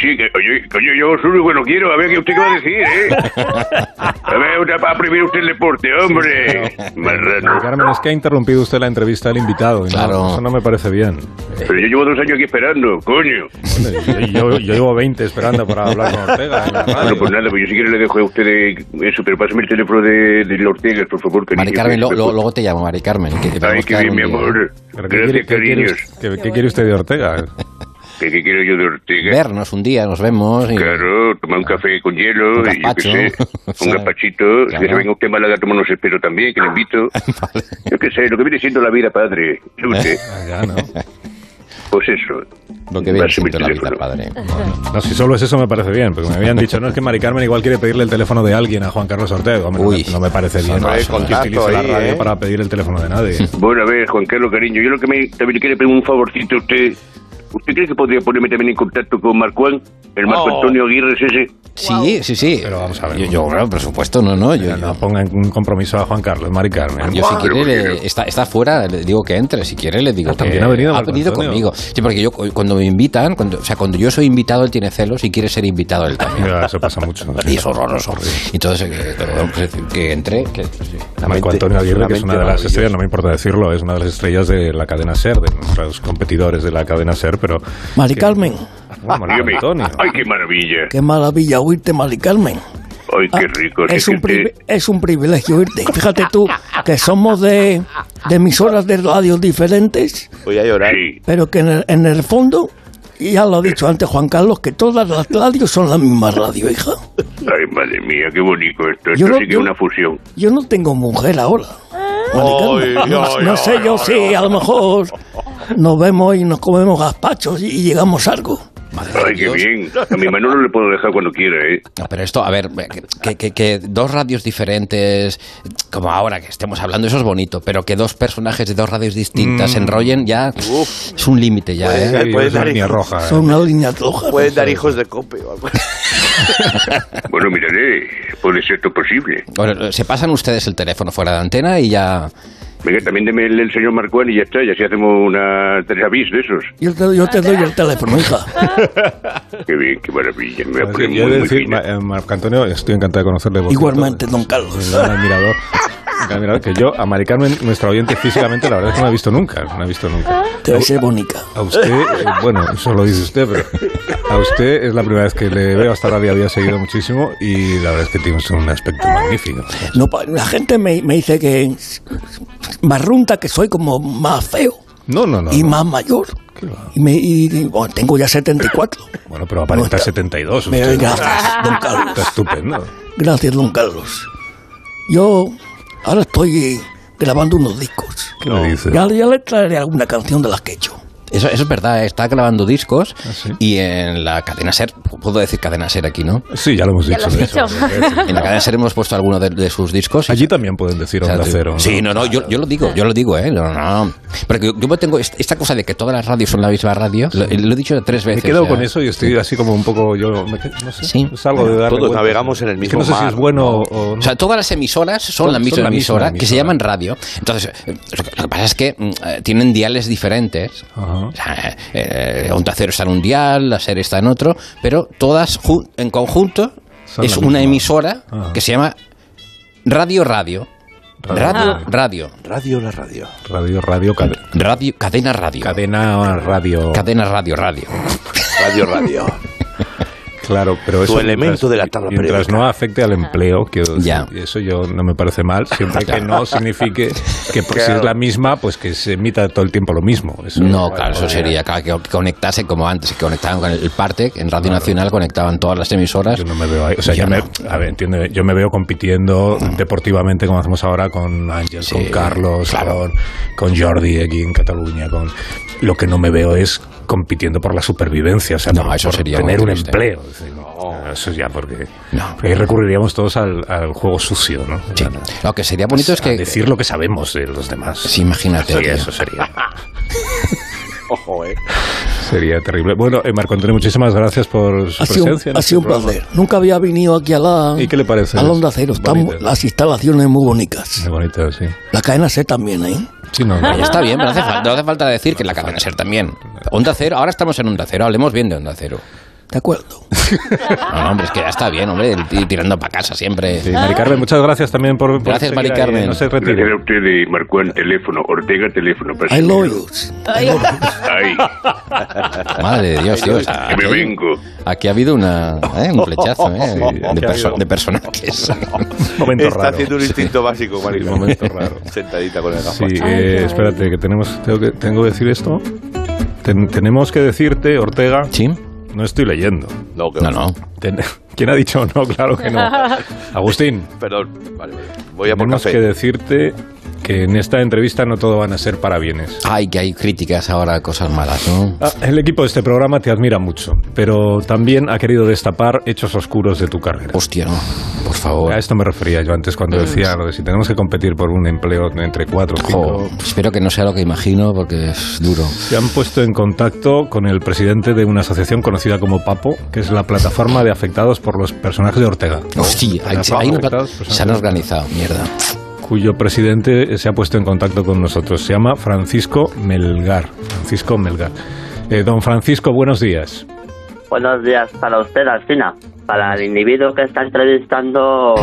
[SPEAKER 5] sí, que, oye, coño, yo hago surf y bueno, quiero, a ver qué usted qué va a decir, ¿eh? A ver, una, va a prohibir usted el deporte, hombre.
[SPEAKER 1] Mari
[SPEAKER 5] Marrano.
[SPEAKER 1] Carmen, es que ha interrumpido usted la entrevista al invitado. y no,
[SPEAKER 4] Claro.
[SPEAKER 1] eso no me parece bien.
[SPEAKER 5] Pero yo llevo dos años aquí esperando, coño.
[SPEAKER 1] Yo, yo- yo llevo 20 esperando para hablar con Ortega. en la radio.
[SPEAKER 5] Bueno, pues nada, pues yo si quiero le dejo a usted eso, pero pásame el teléfono de, de Ortega, por favor. cariño.
[SPEAKER 4] Mari Carmen, lo- lo- luego te llamo, Mari Carmen. Que
[SPEAKER 5] Ay,
[SPEAKER 4] podemos
[SPEAKER 5] pues- qué
[SPEAKER 4] quedar
[SPEAKER 5] bien,
[SPEAKER 4] un
[SPEAKER 5] mi
[SPEAKER 4] día.
[SPEAKER 5] amor.
[SPEAKER 1] ¿Pero qué quiere-
[SPEAKER 5] Gracias,
[SPEAKER 1] qué quiere
[SPEAKER 5] cariños.
[SPEAKER 1] usted- qué- qué quiere usted de Ortega?
[SPEAKER 5] ¿Qué, qué quiero yo de Ortega?
[SPEAKER 4] Vernos un día, nos vemos. y-
[SPEAKER 5] Claro, tomar un café con hielo,
[SPEAKER 4] Un
[SPEAKER 5] y yo qué
[SPEAKER 4] gazpacho,
[SPEAKER 5] sé, un
[SPEAKER 4] ¿sabes?
[SPEAKER 5] gazpachito, que se
[SPEAKER 4] Claro.
[SPEAKER 5] venga usted a Málaga a tomarnos el pelo también, que le invito. Yo qué sé, lo que viene siendo la vida, padre. ¿Sabe usted?
[SPEAKER 1] Ah, ya, ¿no?
[SPEAKER 5] Pues eso.
[SPEAKER 4] Lo que viene
[SPEAKER 5] Pásame el
[SPEAKER 4] siendo la vida,
[SPEAKER 5] teléfono.
[SPEAKER 4] padre.
[SPEAKER 1] No, si solo es eso me parece bien, porque me habían dicho, no, es que Mari Carmen igual quiere pedirle el teléfono de alguien a Juan Carlos Ortega. Hombre,
[SPEAKER 4] Uy.
[SPEAKER 1] no, me- no me parece bien
[SPEAKER 4] Eso no,
[SPEAKER 1] que
[SPEAKER 4] eso no.
[SPEAKER 1] utilice la
[SPEAKER 3] Ahí,
[SPEAKER 1] radio
[SPEAKER 3] ¿eh?
[SPEAKER 1] para pedir el teléfono de nadie.
[SPEAKER 5] Bueno, a ver, Juan Carlos, cariño, yo lo que me, también quiero pedir un favorcito a usted. ¿Usted cree que podría ponerme también en contacto con Marcuán? El Marco
[SPEAKER 3] Oh.
[SPEAKER 5] Antonio Aguirre es ese.
[SPEAKER 4] Sí, sí, sí.
[SPEAKER 1] Pero vamos a ver.
[SPEAKER 4] Yo, yo, claro, por supuesto, no, no. Yo,
[SPEAKER 1] Pero
[SPEAKER 4] yo-
[SPEAKER 1] no pongan Eh, un compromiso a Juan Carlos, Mari Carmen.
[SPEAKER 4] Yo si
[SPEAKER 5] Madre
[SPEAKER 4] quiere, le-
[SPEAKER 5] mía.
[SPEAKER 4] está, está fuera, le digo que entre, si quiere le digo
[SPEAKER 1] Ah, también
[SPEAKER 4] que
[SPEAKER 1] ha venido Marco Antonio.
[SPEAKER 4] conmigo. Sí, porque yo cu- cuando me invitan, cuando, o sea, cuando yo soy invitado él tiene celos y quiere ser invitado él también.
[SPEAKER 1] Ya, eso pasa mucho.
[SPEAKER 4] Y es horroroso. Entonces, eh, pero, pues, que entre, que... pues, sí.
[SPEAKER 1] Marco
[SPEAKER 3] mente-
[SPEAKER 1] Antonio Aguirre,
[SPEAKER 3] la
[SPEAKER 1] que es una
[SPEAKER 3] mente
[SPEAKER 1] de las
[SPEAKER 3] maravillosa.
[SPEAKER 1] estrellas, no me importa decirlo, es una de las estrellas de la cadena SER, de nuestros competidores de la cadena SER, pero...
[SPEAKER 9] Mari Carmen,
[SPEAKER 1] Bueno, Marco
[SPEAKER 5] Dígame.
[SPEAKER 1] Antonio.
[SPEAKER 5] Ay, qué maravilla.
[SPEAKER 9] qué maravilla oírte, Mari Carmen.
[SPEAKER 5] Ay, qué
[SPEAKER 4] Ah,
[SPEAKER 5] rico.
[SPEAKER 1] Pues
[SPEAKER 9] es,
[SPEAKER 5] Sí,
[SPEAKER 9] un
[SPEAKER 5] que usted-
[SPEAKER 9] privi- es un privilegio oírte. Fíjate tú que somos de, de emisoras de radio diferentes,
[SPEAKER 3] Voy a llorar.
[SPEAKER 5] Sí.
[SPEAKER 9] pero que en el, en el fondo, y ya lo ha dicho antes Juan Carlos, que todas las radios son la misma radio, hija.
[SPEAKER 5] Ay, madre mía, qué bonito esto.
[SPEAKER 9] Yo
[SPEAKER 5] Esto
[SPEAKER 9] no-
[SPEAKER 5] sí que es
[SPEAKER 9] yo-
[SPEAKER 5] una fusión.
[SPEAKER 9] Yo no tengo mujer ahora. Mari Carmen.
[SPEAKER 3] Ay,
[SPEAKER 9] no,
[SPEAKER 3] ay,
[SPEAKER 9] no sé
[SPEAKER 3] ay,
[SPEAKER 9] yo
[SPEAKER 3] ay,
[SPEAKER 9] si a lo mejor nos vemos y nos comemos gazpachos y, y llegamos a algo.
[SPEAKER 5] Ay, Ay, qué bien. A mi menú no le puedo dejar cuando quiere, ¿eh?
[SPEAKER 4] No, pero esto, a ver, que, que- que dos radios diferentes, como ahora que estemos hablando, eso es bonito, pero que dos personajes de dos radios distintas se enrollen ya es un límite ya,
[SPEAKER 3] Puede
[SPEAKER 4] ¿eh?
[SPEAKER 3] ser, puede
[SPEAKER 1] Mm. es la
[SPEAKER 3] ser.
[SPEAKER 1] línea roja. eh.
[SPEAKER 9] Son una línea roja.
[SPEAKER 3] Pueden dar hijos de cope o algo.
[SPEAKER 5] Bueno, miraré. Puede ser todo posible.
[SPEAKER 4] Bueno, se pasan ustedes el teléfono fuera de antena y ya...
[SPEAKER 5] Venga, también deme el, el señor Marcuán y ya está. Y así hacemos una tres avis de esos.
[SPEAKER 9] Yo te, yo te doy el teléfono, hija.
[SPEAKER 5] Qué bien, qué maravilla. Me voy a
[SPEAKER 1] Yo
[SPEAKER 5] poner
[SPEAKER 1] he
[SPEAKER 5] muy,
[SPEAKER 1] de
[SPEAKER 5] muy
[SPEAKER 1] decir,
[SPEAKER 5] fina.
[SPEAKER 1] Ma- eh, Marco Antonio, estoy encantado de conocerle. por cierto.
[SPEAKER 9] Igualmente, don Carlos.
[SPEAKER 1] Es un gran admirador. un gran admirador, que yo, a Mari Carmen, nuestra oyente físicamente, la verdad es que no la he visto nunca. No la he visto nunca.
[SPEAKER 9] Te va a ser bonita.
[SPEAKER 1] A usted, eh, bueno, eso lo dice usted, pero a usted es la primera vez que le veo hasta la día había seguido muchísimo y la verdad es que tiene usted un aspecto magnífico.
[SPEAKER 9] No, pa- la gente me, me dice que marrunta que soy como más feo
[SPEAKER 1] No, no, no.
[SPEAKER 9] y
[SPEAKER 1] no.
[SPEAKER 9] más mayor.
[SPEAKER 1] Qué va.
[SPEAKER 9] Y, me, y- y, bueno, tengo ya 74.
[SPEAKER 1] Bueno, pero aparenta
[SPEAKER 9] No está-
[SPEAKER 1] 72.
[SPEAKER 9] Me-
[SPEAKER 1] usted.
[SPEAKER 9] gracias, don Carlos.
[SPEAKER 1] Está estupendo.
[SPEAKER 9] Gracias, don Carlos. Yo ahora estoy grabando unos discos.
[SPEAKER 1] ¿Qué le dice?
[SPEAKER 9] Ya, ya le traeré alguna canción de las que he hecho.
[SPEAKER 4] Eso, eso es verdad, ¿eh? está grabando discos
[SPEAKER 1] Ah, sí?
[SPEAKER 4] y en la cadena SER, puedo decir cadena SER aquí, ¿no?
[SPEAKER 1] Sí, ya lo hemos
[SPEAKER 2] Ya
[SPEAKER 1] dicho.
[SPEAKER 2] lo has
[SPEAKER 1] de
[SPEAKER 2] dicho.
[SPEAKER 1] hecho.
[SPEAKER 4] En la cadena SER hemos puesto alguno de, de sus discos. y-
[SPEAKER 1] Allí también pueden decir onda cero. ¿no?
[SPEAKER 4] Sí, no, no, yo, yo lo digo, yo lo digo, ¿eh? No, no. Porque yo, yo tengo est- esta cosa de que todas las radios son la misma radio. Lo, lo he dicho tres
[SPEAKER 1] Me he
[SPEAKER 4] veces.
[SPEAKER 1] quedado
[SPEAKER 4] ya.
[SPEAKER 1] con eso y estoy así como un poco. Yo me qued- no sé.
[SPEAKER 4] Sí.
[SPEAKER 1] Es algo de darle
[SPEAKER 3] Todos
[SPEAKER 1] vueltas.
[SPEAKER 3] navegamos en el
[SPEAKER 1] Es
[SPEAKER 3] mismo
[SPEAKER 1] que no sé si
[SPEAKER 3] mar,
[SPEAKER 1] es bueno
[SPEAKER 3] ¿no?
[SPEAKER 1] o.
[SPEAKER 4] O sea, todas las emisoras son,
[SPEAKER 1] Son-
[SPEAKER 4] la misma
[SPEAKER 1] son la misma
[SPEAKER 4] emisora, que se
[SPEAKER 1] emisora.
[SPEAKER 4] llaman radio. Entonces, eh, lo que, lo que pasa es que mm, eh, tienen diales diferentes.
[SPEAKER 1] Ajá.
[SPEAKER 4] O sea, eh, Onda Cero está en un dial, la serie está en otro, pero todas ju- en conjunto
[SPEAKER 1] Son
[SPEAKER 4] es
[SPEAKER 1] la
[SPEAKER 4] una
[SPEAKER 1] misma.
[SPEAKER 4] emisora
[SPEAKER 1] Ajá.
[SPEAKER 4] que se llama Radio Radio.
[SPEAKER 1] Radio
[SPEAKER 4] Radio,
[SPEAKER 1] Radio.
[SPEAKER 4] radio.
[SPEAKER 3] Radio la radio.
[SPEAKER 1] Radio, radio, cade-
[SPEAKER 4] Radio, cadena radio.
[SPEAKER 1] cadena, radio.
[SPEAKER 4] Cadena radio, radio.
[SPEAKER 3] Radio radio.
[SPEAKER 1] Claro, pero eso.
[SPEAKER 3] elemento de la tabla
[SPEAKER 1] Mientras
[SPEAKER 3] periódica.
[SPEAKER 1] no afecte al empleo, quiero decir,
[SPEAKER 4] Ya.
[SPEAKER 1] y eso yo no me parece mal, siempre que
[SPEAKER 4] Claro.
[SPEAKER 1] no signifique que pues, si es la misma, pues que se emita todo el tiempo lo mismo. Eso-
[SPEAKER 4] No, claro, eso sería claro, que conectase como antes, que conectaban con el parte, en Radio Nacional conectaban todas las emisoras.
[SPEAKER 1] Yo no me veo ahí. O sea,
[SPEAKER 4] Yo
[SPEAKER 1] yo, me,
[SPEAKER 4] no. Ah.
[SPEAKER 1] a ver, entiende, yo me veo compitiendo deportivamente como hacemos ahora con Ángel,
[SPEAKER 4] Sí,
[SPEAKER 1] con Carlos,
[SPEAKER 4] claro.
[SPEAKER 1] con, con Jordi aquí en Cataluña. Con, lo que no me veo es compitiendo por la supervivencia, o sea,
[SPEAKER 4] No,
[SPEAKER 1] por,
[SPEAKER 4] eso
[SPEAKER 1] por
[SPEAKER 4] sería
[SPEAKER 1] tener
[SPEAKER 4] muy
[SPEAKER 1] un
[SPEAKER 4] triste.
[SPEAKER 1] empleo. Es decir, no, eso ya porque,
[SPEAKER 4] No.
[SPEAKER 1] porque ahí recurriríamos todos al, al juego sucio, ¿no?
[SPEAKER 4] Sí.
[SPEAKER 1] Al-
[SPEAKER 4] Lo que sería bonito es
[SPEAKER 1] a
[SPEAKER 4] que...
[SPEAKER 1] decir lo que sabemos de los demás.
[SPEAKER 4] Sí, imagínate.
[SPEAKER 1] Sí,
[SPEAKER 4] tío.
[SPEAKER 1] eso sería.
[SPEAKER 3] Ojo, eh.
[SPEAKER 1] Sería terrible. Bueno, eh, Marco Antonio, muchísimas gracias por su
[SPEAKER 9] Ha sido,
[SPEAKER 1] presencia. en
[SPEAKER 9] ha
[SPEAKER 1] este
[SPEAKER 9] sido un
[SPEAKER 1] programa.
[SPEAKER 9] placer. Nunca había venido aquí a la,
[SPEAKER 1] ¿Y qué le parece?
[SPEAKER 9] a la Onda Cero. Están
[SPEAKER 1] Bonito.
[SPEAKER 9] las instalaciones muy bonitas.
[SPEAKER 1] Muy bonito, Pues sí.
[SPEAKER 9] La cadena C también, ¿eh?
[SPEAKER 1] Sí, no, no.
[SPEAKER 4] Oye, está bien, pero no hace, falta, no hace falta decir que la cadena ser también. Onda Cero, ahora estamos en Onda Cero, hablemos bien de Onda Cero.
[SPEAKER 9] De acuerdo.
[SPEAKER 4] No, no, hombre, es que ya está bien, hombre, el tío tirando para casa siempre.
[SPEAKER 1] Sí, Mari Carmen, muchas gracias también por. por
[SPEAKER 4] Ah. Gracias,
[SPEAKER 1] seguir
[SPEAKER 4] Mari
[SPEAKER 1] ahí,
[SPEAKER 4] Carmen.
[SPEAKER 1] pues, eh, No se
[SPEAKER 5] Gracias a
[SPEAKER 1] retire.
[SPEAKER 5] usted de Marcuán, teléfono. Ortega, teléfono. Para
[SPEAKER 9] I love
[SPEAKER 5] seguir.
[SPEAKER 9] you.
[SPEAKER 2] Ay,
[SPEAKER 5] Ay,
[SPEAKER 4] Madre de Dios, tío. está-
[SPEAKER 5] que me vengo.
[SPEAKER 4] Aquí ha habido una, ¿eh? un flechazo ¿eh?
[SPEAKER 1] Sí,
[SPEAKER 4] de,
[SPEAKER 1] aquí ha
[SPEAKER 4] perso-
[SPEAKER 1] habido.
[SPEAKER 4] de personajes.
[SPEAKER 1] Momento
[SPEAKER 3] Está
[SPEAKER 1] raro.
[SPEAKER 3] haciendo un instinto básico, Maricón.
[SPEAKER 1] un momento raro.
[SPEAKER 3] Sentadita con el
[SPEAKER 1] Sí,
[SPEAKER 3] gafas.
[SPEAKER 1] eh, espérate, que tenemos. Tengo que, tengo que decir esto. Ten- tenemos que decirte, Ortega.
[SPEAKER 4] ¿Sí?
[SPEAKER 1] No estoy leyendo.
[SPEAKER 3] No, que
[SPEAKER 4] No, no.
[SPEAKER 1] Ten- ¿Quién ha dicho no? Claro que no. Agustín,
[SPEAKER 3] Perdón. Vale, vale. Voy a por
[SPEAKER 1] tenemos
[SPEAKER 3] café.
[SPEAKER 1] que decirte que en esta entrevista no todo van a ser para bienes.
[SPEAKER 4] Ay, que hay críticas ahora, cosas malas, ¿no?
[SPEAKER 1] Ah, el equipo de este programa te admira mucho, pero también ha querido destapar hechos oscuros de tu carrera.
[SPEAKER 4] Hostia, no. Por favor. Eh.
[SPEAKER 1] A esto me refería yo antes cuando decía lo de si tenemos que competir por un empleo entre cuatro o
[SPEAKER 4] Jo,
[SPEAKER 1] cinco.
[SPEAKER 4] espero que no sea lo que imagino porque es duro.
[SPEAKER 1] Se han puesto en contacto con el presidente de una asociación conocida como PAPO, que es la plataforma de afectados por los personajes de Ortega,
[SPEAKER 4] Hostia, hay,
[SPEAKER 1] Pero
[SPEAKER 4] hay una
[SPEAKER 1] afectados,
[SPEAKER 4] pla-
[SPEAKER 1] personas
[SPEAKER 4] se han organizado, mierda.
[SPEAKER 1] cuyo presidente se ha puesto en contacto con nosotros. Se llama Francisco Melgar. Francisco Melgar. Eh, don Francisco, buenos días.
[SPEAKER 10] Buenos días para usted, Alcina. Para el individuo que está entrevistando,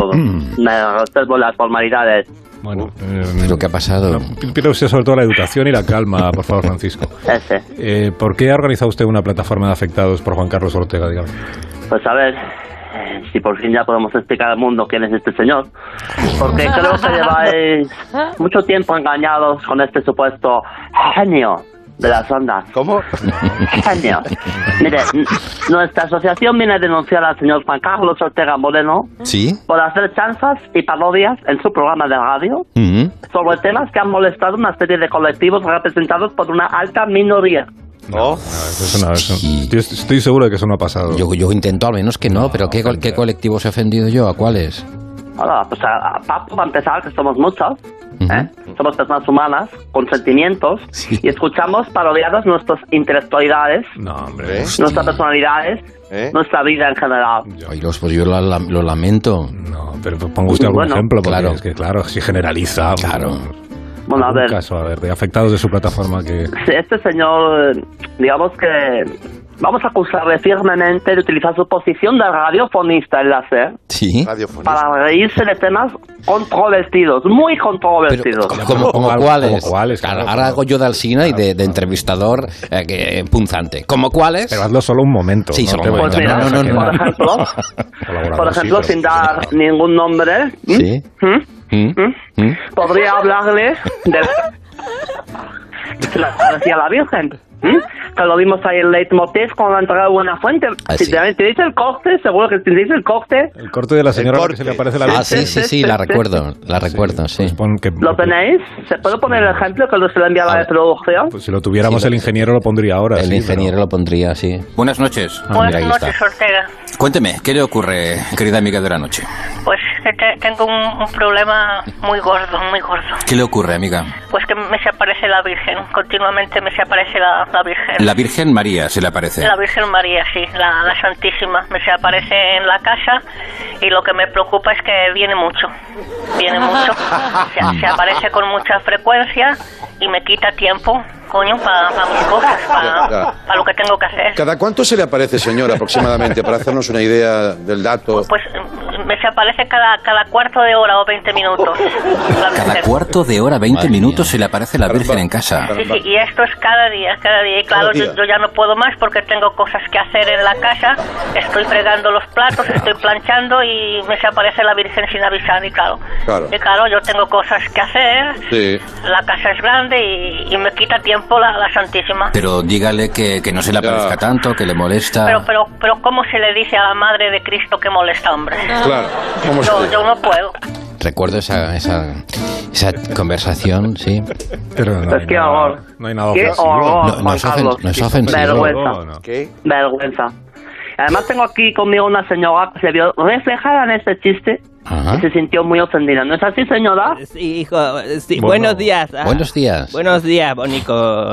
[SPEAKER 10] me reservo las formalidades.
[SPEAKER 1] Bueno,
[SPEAKER 4] ¿Pero qué Eh, ha pasado?
[SPEAKER 1] Pide usted sobre todo la educación y la calma, por favor, Francisco.
[SPEAKER 10] Ese.
[SPEAKER 1] Eh, ¿Por qué ha organizado usted una plataforma de afectados por Juan Carlos Ortega? Dígame?
[SPEAKER 10] Pues a ver eh, si por fin ya podemos explicar al mundo quién es este señor. Porque creo que lleváis mucho tiempo engañados con este supuesto genio de las ondas.
[SPEAKER 3] ¿Cómo?
[SPEAKER 10] Genio. Mire, n- nuestra asociación viene a denunciar al señor Juan Carlos Ortega Moreno
[SPEAKER 4] ¿Sí?
[SPEAKER 10] por hacer chanzas y parodias en su programa de radio
[SPEAKER 4] Mm.
[SPEAKER 10] sobre temas que han molestado una serie de colectivos representados por una alta minoría.
[SPEAKER 1] No, eso no, eso- estoy, estoy seguro de que eso no ha pasado.
[SPEAKER 4] Yo, yo intento al menos que no, pero ¿qué, co- qué colectivos he ofendido yo? ¿A cuáles?
[SPEAKER 10] Hola, pues a, a Paco, para empezar, que somos muchos, ¿eh? somos personas humanas, con sentimientos, y escuchamos parodiadas nuestras intelectualidades,
[SPEAKER 1] hombre.
[SPEAKER 10] nuestras personalidades, nuestra vida en general.
[SPEAKER 4] Ay, los, pues yo la- la- lo lamento.
[SPEAKER 1] No, pero pues, ponga usted algún
[SPEAKER 10] Bueno,
[SPEAKER 1] ejemplo, porque
[SPEAKER 4] claro.
[SPEAKER 1] es que claro, si generaliza. Claro.
[SPEAKER 10] Bueno, a ver,
[SPEAKER 1] caso, a ver, de afectados de su plataforma que...
[SPEAKER 10] si este señor, eh, digamos que vamos a acusarle firmemente de utilizar su posición de radiofonista en la SER
[SPEAKER 4] Sí.
[SPEAKER 10] para reírse de temas controvertidos, muy controvertidos.
[SPEAKER 4] ¿Como, como
[SPEAKER 1] Como
[SPEAKER 4] cuáles?
[SPEAKER 1] cuáles,
[SPEAKER 4] Claro,
[SPEAKER 1] claro,
[SPEAKER 4] ahora hago yo de Alsina y de, de entrevistador eh, que- punzante. ¿Como cuáles?
[SPEAKER 1] Pero hazlo solo un momento.
[SPEAKER 4] Sí, solo
[SPEAKER 1] te
[SPEAKER 4] un momento.
[SPEAKER 1] vayas,
[SPEAKER 4] No,
[SPEAKER 10] Pues
[SPEAKER 4] no, no,
[SPEAKER 1] O sea,
[SPEAKER 4] no,
[SPEAKER 1] que-
[SPEAKER 4] no.
[SPEAKER 1] Colaborador,
[SPEAKER 10] Por ejemplo,
[SPEAKER 1] sí,
[SPEAKER 10] sin dar ningún nombre, ¿m?
[SPEAKER 4] Sí.
[SPEAKER 10] ¿m?
[SPEAKER 4] ¿Mm? ¿Mm?
[SPEAKER 10] podría hablarle de la, de la travesía de la Virgen. ¿m? Que lo vimos ahí en Leitmotiv cuando la entrada de Buena Fuente.
[SPEAKER 4] Ah,
[SPEAKER 10] si
[SPEAKER 4] sí.
[SPEAKER 10] te, te dice el coste, seguro que si te dice el coste,
[SPEAKER 1] El corte de la señora a la que se le aparece la
[SPEAKER 4] Ah, sí, sí, sí, la recuerdo. La recuerdo, sí.
[SPEAKER 1] pues Pon que-
[SPEAKER 10] ¿lo tenéis? ¿Se puede poner el ejemplo que se le enviaba de producción?
[SPEAKER 1] pues si lo tuviéramos
[SPEAKER 4] Sí,
[SPEAKER 1] el
[SPEAKER 4] lo-
[SPEAKER 1] ingeniero lo pondría ahora.
[SPEAKER 4] El
[SPEAKER 1] sí,
[SPEAKER 4] ingeniero lo pondría así.
[SPEAKER 11] Buenas noches.
[SPEAKER 4] Ah, mira, ahí está.
[SPEAKER 12] Ortega.
[SPEAKER 11] Cuénteme, ¿qué le ocurre, querida amiga de la noche?
[SPEAKER 12] Pues que te- tengo un, un problema muy gordo, muy gordo.
[SPEAKER 11] ¿Qué le ocurre, amiga?
[SPEAKER 12] Pues que me se aparece la Virgen, continuamente me se aparece la, la Virgen.
[SPEAKER 11] La Virgen María se le aparece.
[SPEAKER 12] La Virgen María, sí, la, la Santísima. Me se aparece en la casa y lo que me preocupa es que viene mucho. Viene mucho. Se, se aparece con mucha frecuencia y me quita tiempo, coño, para mis cosas, para
[SPEAKER 13] Ya.
[SPEAKER 12] lo que tengo que hacer.
[SPEAKER 13] Ah. ¿Cada cuánto se le aparece, señora, aproximadamente, para hacernos una idea del dato?
[SPEAKER 12] Pues me se aparece cada, cada cuarto de hora o 20 minutos. La
[SPEAKER 11] Cada
[SPEAKER 12] Virgen.
[SPEAKER 11] cuarto de hora, 20 minutos, se le aparece la Virgen en casa.
[SPEAKER 12] Sí, sí, y esto es cada día, cada día. Y claro,
[SPEAKER 11] Cada día.
[SPEAKER 12] Yo, yo ya no puedo más porque tengo cosas que hacer en la casa. Estoy fregando los platos, estoy planchando y me se aparece la Virgen sin avisar. Y claro,
[SPEAKER 13] Claro.
[SPEAKER 12] y claro yo tengo cosas que hacer.
[SPEAKER 13] Sí.
[SPEAKER 12] La casa es grande y, y me quita tiempo la, la Santísima.
[SPEAKER 11] Pero dígale que, que no se le aparezca tanto, que le molesta.
[SPEAKER 12] Pero, pero, pero, ¿cómo se le dice a la Madre de Cristo que molesta, hombre?
[SPEAKER 11] Claro,
[SPEAKER 13] ¿cómo se
[SPEAKER 12] yo,
[SPEAKER 13] le dice?
[SPEAKER 12] yo no puedo.
[SPEAKER 4] Recuerdo esa, esa, esa conversación, sí.
[SPEAKER 1] Pero
[SPEAKER 10] Es que horror. Qué horror,
[SPEAKER 4] No, no
[SPEAKER 10] Juan
[SPEAKER 4] es ofen-
[SPEAKER 10] Carlos.
[SPEAKER 4] no es ofensivo.
[SPEAKER 10] Vergüenza. Vergüenza. Además tengo aquí conmigo una señora que se vio reflejada en este chiste y se sintió muy ofendida. ¿No es así, señora?
[SPEAKER 14] Sí, hijo. sí,
[SPEAKER 10] Bueno.
[SPEAKER 14] Buenos días. ah.
[SPEAKER 4] Buenos días.
[SPEAKER 14] Buenos días, Bonico.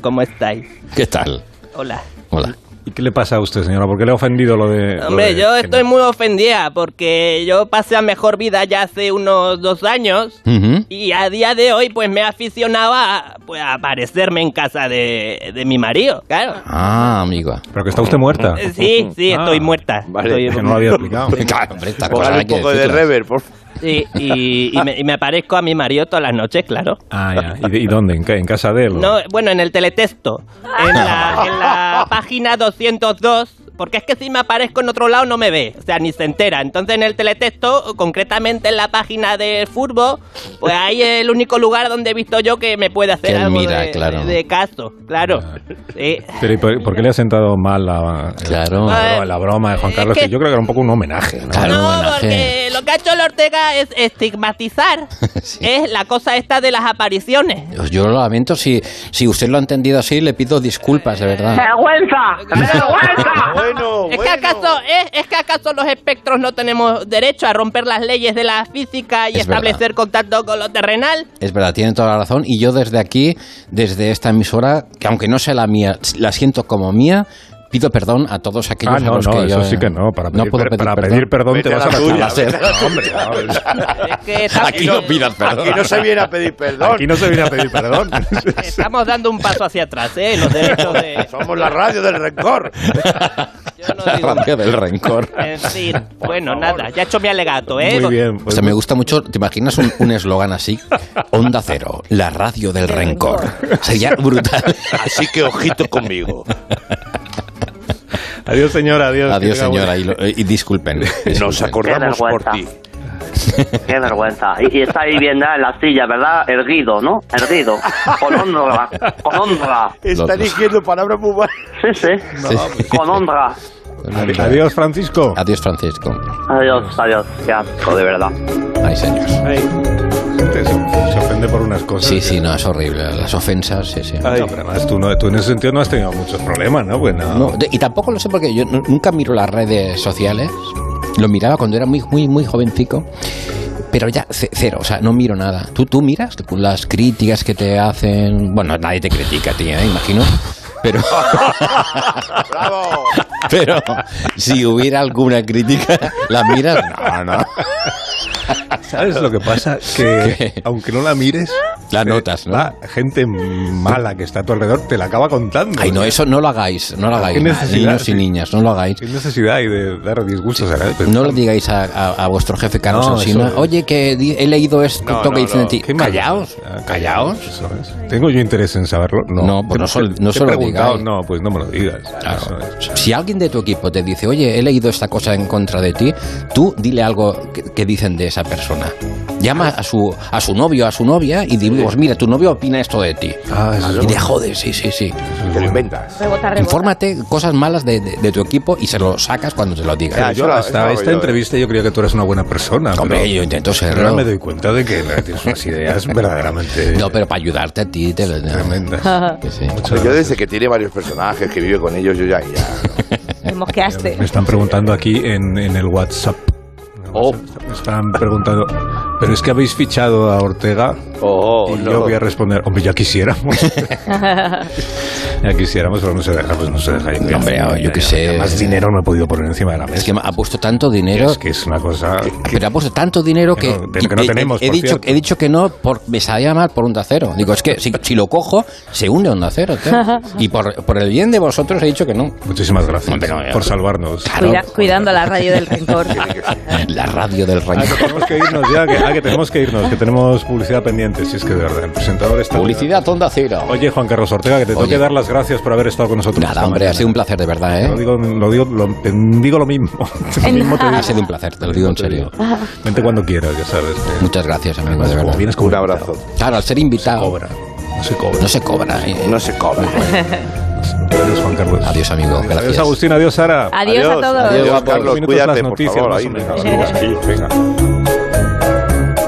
[SPEAKER 14] ¿Cómo estáis?
[SPEAKER 4] ¿Qué tal?
[SPEAKER 14] Hola.
[SPEAKER 4] Hola.
[SPEAKER 1] ¿Y qué le pasa a usted, señora? ¿Por qué le ha ofendido lo de...? lo
[SPEAKER 14] Hombre,
[SPEAKER 1] de-
[SPEAKER 14] yo estoy muy ofendida porque yo pasé a mejor vida ya hace unos dos años
[SPEAKER 4] Ujú.
[SPEAKER 14] y a día de hoy pues me aficionaba a, pues, a aparecerme en casa de, de mi marido, claro.
[SPEAKER 4] Ah, amigo.
[SPEAKER 1] ¿Pero que está usted
[SPEAKER 4] Ah.
[SPEAKER 1] muerta?
[SPEAKER 14] Eh, Sí, sí, estoy muerta.
[SPEAKER 1] Ah, Vale,
[SPEAKER 14] Estoy-
[SPEAKER 1] no lo había explicado.
[SPEAKER 4] Claro, hombre, esta
[SPEAKER 3] Póngale un poco de rever, por favor.
[SPEAKER 14] Sí, y, y me, y me aparezco a mi marido todas las noches, claro.
[SPEAKER 1] Ah, ya. ¿Y, de- y dónde? ¿En, qué? ¿En casa de él?
[SPEAKER 14] No, bueno, en el teletexto. En la, en la página 202. Porque es que si me aparezco en otro lado no me ve. O sea, ni se entera. Entonces en el teletexto, concretamente en la página de Furbo, pues ahí es el único lugar donde he visto yo que me puede hacer
[SPEAKER 1] Que él
[SPEAKER 14] algo
[SPEAKER 1] mira,
[SPEAKER 14] de,
[SPEAKER 1] claro. Ah.
[SPEAKER 14] de caso. Claro. Sí.
[SPEAKER 1] Pero ¿y por, por qué le ha sentado mal la, claro. la, bro- la broma de Juan Carlos? Que...
[SPEAKER 14] que-
[SPEAKER 1] yo creo que era un poco un homenaje. ¿no?
[SPEAKER 14] No,
[SPEAKER 1] Ah,
[SPEAKER 14] porque lo que ha hecho el Ortega es estigmatizar. Es la cosa esta de las apariciones.
[SPEAKER 4] Pues Yo lo lamento. Si, si usted lo ha entendido así, le pido disculpas, de
[SPEAKER 1] Ah.
[SPEAKER 4] verdad.
[SPEAKER 14] ¡Vergüenza! ¡Vergüenza!
[SPEAKER 3] bueno,
[SPEAKER 14] Ah, es, Que acaso, es, es que acaso los espectros no tenemos derecho a romper las leyes de la física y
[SPEAKER 4] Es verdad.
[SPEAKER 14] establecer contacto con lo terrenal.
[SPEAKER 4] Es verdad, tiene toda la razón. Y yo desde aquí, desde esta emisora, que aunque no sea la mía, la siento como mía, pido perdón a todos aquellos
[SPEAKER 1] Ah,
[SPEAKER 4] a
[SPEAKER 1] no,
[SPEAKER 4] los
[SPEAKER 1] no,
[SPEAKER 4] que yo...
[SPEAKER 1] eso sí que no. Para pedir,
[SPEAKER 4] puedo
[SPEAKER 1] per- para pedir perdón te vas a
[SPEAKER 4] la
[SPEAKER 1] pasar.
[SPEAKER 4] tuya,
[SPEAKER 1] No, hombre,
[SPEAKER 12] pues,
[SPEAKER 1] no.
[SPEAKER 4] Aquí no pidas perdón.
[SPEAKER 3] Aquí no se viene a pedir perdón.
[SPEAKER 1] Aquí no se viene a pedir perdón.
[SPEAKER 14] Estamos dando un paso hacia atrás, ¿eh? Los derechos de...
[SPEAKER 3] Somos la radio del rencor.
[SPEAKER 4] La radio del rencor.
[SPEAKER 14] En fin, bueno, nada, ya he hecho mi alegato, ¿eh?
[SPEAKER 4] o
[SPEAKER 1] pues
[SPEAKER 4] sea, me gusta mucho. ¿Te imaginas un un eslogan así? Onda Cero, la radio del rencor. Sería brutal.
[SPEAKER 3] Así que ojito conmigo.
[SPEAKER 1] Adiós, señora, adiós.
[SPEAKER 4] Adiós,
[SPEAKER 1] Que tenga
[SPEAKER 4] señora,
[SPEAKER 1] buena-
[SPEAKER 4] y, lo- y disculpen.
[SPEAKER 3] Nos
[SPEAKER 10] acordamos Qué vergüenza. por ti. Qué vergüenza. Y, y está ahí bien ya en la silla, ¿verdad? Erguido, ¿no? Erguido. Con honra. Con honra.
[SPEAKER 3] Están diciendo palabras muy malas.
[SPEAKER 10] Sí, sí. Con honra.
[SPEAKER 1] Adiós, Francisco.
[SPEAKER 4] Adiós, Francisco.
[SPEAKER 10] Adiós, adiós. Qué asco, pues, de verdad.
[SPEAKER 4] Ay, señor.
[SPEAKER 1] Gente, se- se ofende. ofende por unas cosas.
[SPEAKER 4] Sí, sí, no, es horrible. Las ofensas, sí, sí.
[SPEAKER 1] No, pero además tú, no- tú en ese sentido no has tenido muchos problemas, ¿no? Pues no.
[SPEAKER 4] No, de- y tampoco lo sé porque yo nu- nunca miro las redes sociales. Lo miraba cuando era muy, muy, muy jovencico. Pero ya, ce- cero, o sea, no miro nada. ¿Tú, tú miras las críticas que te hacen? Bueno, nadie te critica, tío, ¿eh? imagino. Pero,
[SPEAKER 3] ¡Bravo!
[SPEAKER 4] pero si hubiera alguna crítica, ¿la miras? No, no.
[SPEAKER 1] ¿Sabes lo que pasa? Que aunque no la mires, eh,
[SPEAKER 4] La notas, ¿no?
[SPEAKER 1] la gente mala que está a tu alrededor te la acaba contando.
[SPEAKER 4] Ay, no, eso no lo hagáis, no lo hagáis.
[SPEAKER 1] ¿Qué necesidad?
[SPEAKER 4] Niños y niñas, no lo hagáis.
[SPEAKER 1] ¿Qué necesidad hay de dar disgustos a nadie? Pero
[SPEAKER 4] No le digáis a, a- a vuestro jefe Carlos
[SPEAKER 1] No,
[SPEAKER 4] Alsina,
[SPEAKER 1] eso-
[SPEAKER 4] oye, que di- he leído esto
[SPEAKER 1] No,
[SPEAKER 4] que
[SPEAKER 1] no,
[SPEAKER 4] dicen
[SPEAKER 1] no.
[SPEAKER 4] de ti.
[SPEAKER 1] Qué mal-
[SPEAKER 4] Callaos, callaos.
[SPEAKER 1] Eso es. ¿Tengo yo interés en saberlo? No,
[SPEAKER 4] No, pues
[SPEAKER 1] Te-
[SPEAKER 4] no sol-
[SPEAKER 1] te-
[SPEAKER 4] no
[SPEAKER 1] te he
[SPEAKER 4] se lo
[SPEAKER 1] preguntado.
[SPEAKER 4] digáis.
[SPEAKER 1] No, pues no me lo digas. Eso es.
[SPEAKER 4] Si alguien de tu equipo te dice, oye, he leído esta cosa en contra de ti, tú dile algo que, que dicen de esa persona. Llama a su, a su novio, a su novia y dile, pues mira, tu novio opina esto de ti.
[SPEAKER 1] Ah,
[SPEAKER 4] y te jodes, sí, sí, sí.
[SPEAKER 3] Te lo inventas.
[SPEAKER 2] Rebota, rebota.
[SPEAKER 4] Infórmate cosas malas de, de- de tu equipo y se lo sacas cuando te lo digas.
[SPEAKER 1] Pero yo eh. hasta esta entrevista yo creo que tú eres una buena persona.
[SPEAKER 4] Hombre,
[SPEAKER 1] pero-
[SPEAKER 4] yo intento
[SPEAKER 1] pero
[SPEAKER 4] serlo.
[SPEAKER 1] ahora me doy cuenta de que tienes unas ideas verdaderamente...
[SPEAKER 4] No, pero para ayudarte a ti, te lo
[SPEAKER 12] Pues,
[SPEAKER 2] Ajá.
[SPEAKER 4] Que sí.
[SPEAKER 3] Yo desde que tiene varios personajes, que vive con ellos, yo ya... ya.
[SPEAKER 2] Me mosqueaste.
[SPEAKER 1] Me están preguntando aquí en, en el WhatsApp.
[SPEAKER 4] Oh.
[SPEAKER 1] Me están preguntando, pero es que habéis fichado a Ortega.
[SPEAKER 4] Oh,
[SPEAKER 1] y yo
[SPEAKER 3] no.
[SPEAKER 1] voy a responder, hombre, ya quisiéramos. ya quisiéramos, pero no se deja, pues no se deja.
[SPEAKER 4] hombre, yo qué sé.
[SPEAKER 1] Más dinero no he podido poner encima de la mesa.
[SPEAKER 4] Es que ha puesto tanto dinero.
[SPEAKER 1] Es que es una cosa.
[SPEAKER 4] Pero ha puesto tanto dinero que,
[SPEAKER 1] Que no- que no
[SPEAKER 4] he- he-
[SPEAKER 1] tenemos,
[SPEAKER 4] He,
[SPEAKER 1] por
[SPEAKER 4] dicho,
[SPEAKER 1] cierto.
[SPEAKER 4] he dicho que no, por, me salía mal por Onda Cero. Digo, es que si, si lo cojo, se hunde Onda Cero. tío. Y por, por el bien de vosotros he dicho que no. eh,
[SPEAKER 1] Muchísimas gracias
[SPEAKER 4] Hombre, no, ya.
[SPEAKER 1] por salvarnos.
[SPEAKER 2] Cuida- cuidando la radio del rencor.
[SPEAKER 4] La radio del
[SPEAKER 1] Ah, que
[SPEAKER 4] rayo.
[SPEAKER 1] tenemos que irnos ya, que, ah, que tenemos que irnos, que tenemos publicidad pendiente, si es que de verdad, el presentador está...
[SPEAKER 4] Publicidad Onda Cero.
[SPEAKER 1] Oye, Juan Carlos Ortega, que te tengo
[SPEAKER 4] Oye.
[SPEAKER 1] que dar las gracias por haber estado con nosotros.
[SPEAKER 4] Nada,
[SPEAKER 1] esta
[SPEAKER 4] hombre, ha
[SPEAKER 1] mañana.
[SPEAKER 4] sido un placer de verdad,
[SPEAKER 1] Lo
[SPEAKER 4] ¿eh?
[SPEAKER 1] digo, lo digo, lo- te digo lo mismo.
[SPEAKER 4] Lo mismo te digo,
[SPEAKER 2] nada.
[SPEAKER 4] ha sido un placer, te lo digo en serio.
[SPEAKER 1] Vente cuando quieras, ya sabes. que-
[SPEAKER 4] Muchas gracias, amigo, de
[SPEAKER 1] como
[SPEAKER 4] verdad.
[SPEAKER 1] vienes con un abrazo.
[SPEAKER 4] Claro, al ser invitado,
[SPEAKER 1] Cobra. No se cobra.
[SPEAKER 4] no se cobra. ¿eh?
[SPEAKER 3] No se cobra.
[SPEAKER 1] Adiós, Juan Carlos.
[SPEAKER 4] Adiós, amigo,
[SPEAKER 1] Adiós,
[SPEAKER 4] gracias.
[SPEAKER 1] Agustín. Adiós, Sara.
[SPEAKER 2] Adiós, a todos.
[SPEAKER 3] Adiós,
[SPEAKER 1] Adiós,
[SPEAKER 3] Carlos,
[SPEAKER 1] minutos
[SPEAKER 3] cuídate,
[SPEAKER 1] las
[SPEAKER 3] por
[SPEAKER 1] noticias,
[SPEAKER 3] favor.
[SPEAKER 1] más
[SPEAKER 3] ahí.
[SPEAKER 1] o menos. Adiós, venga.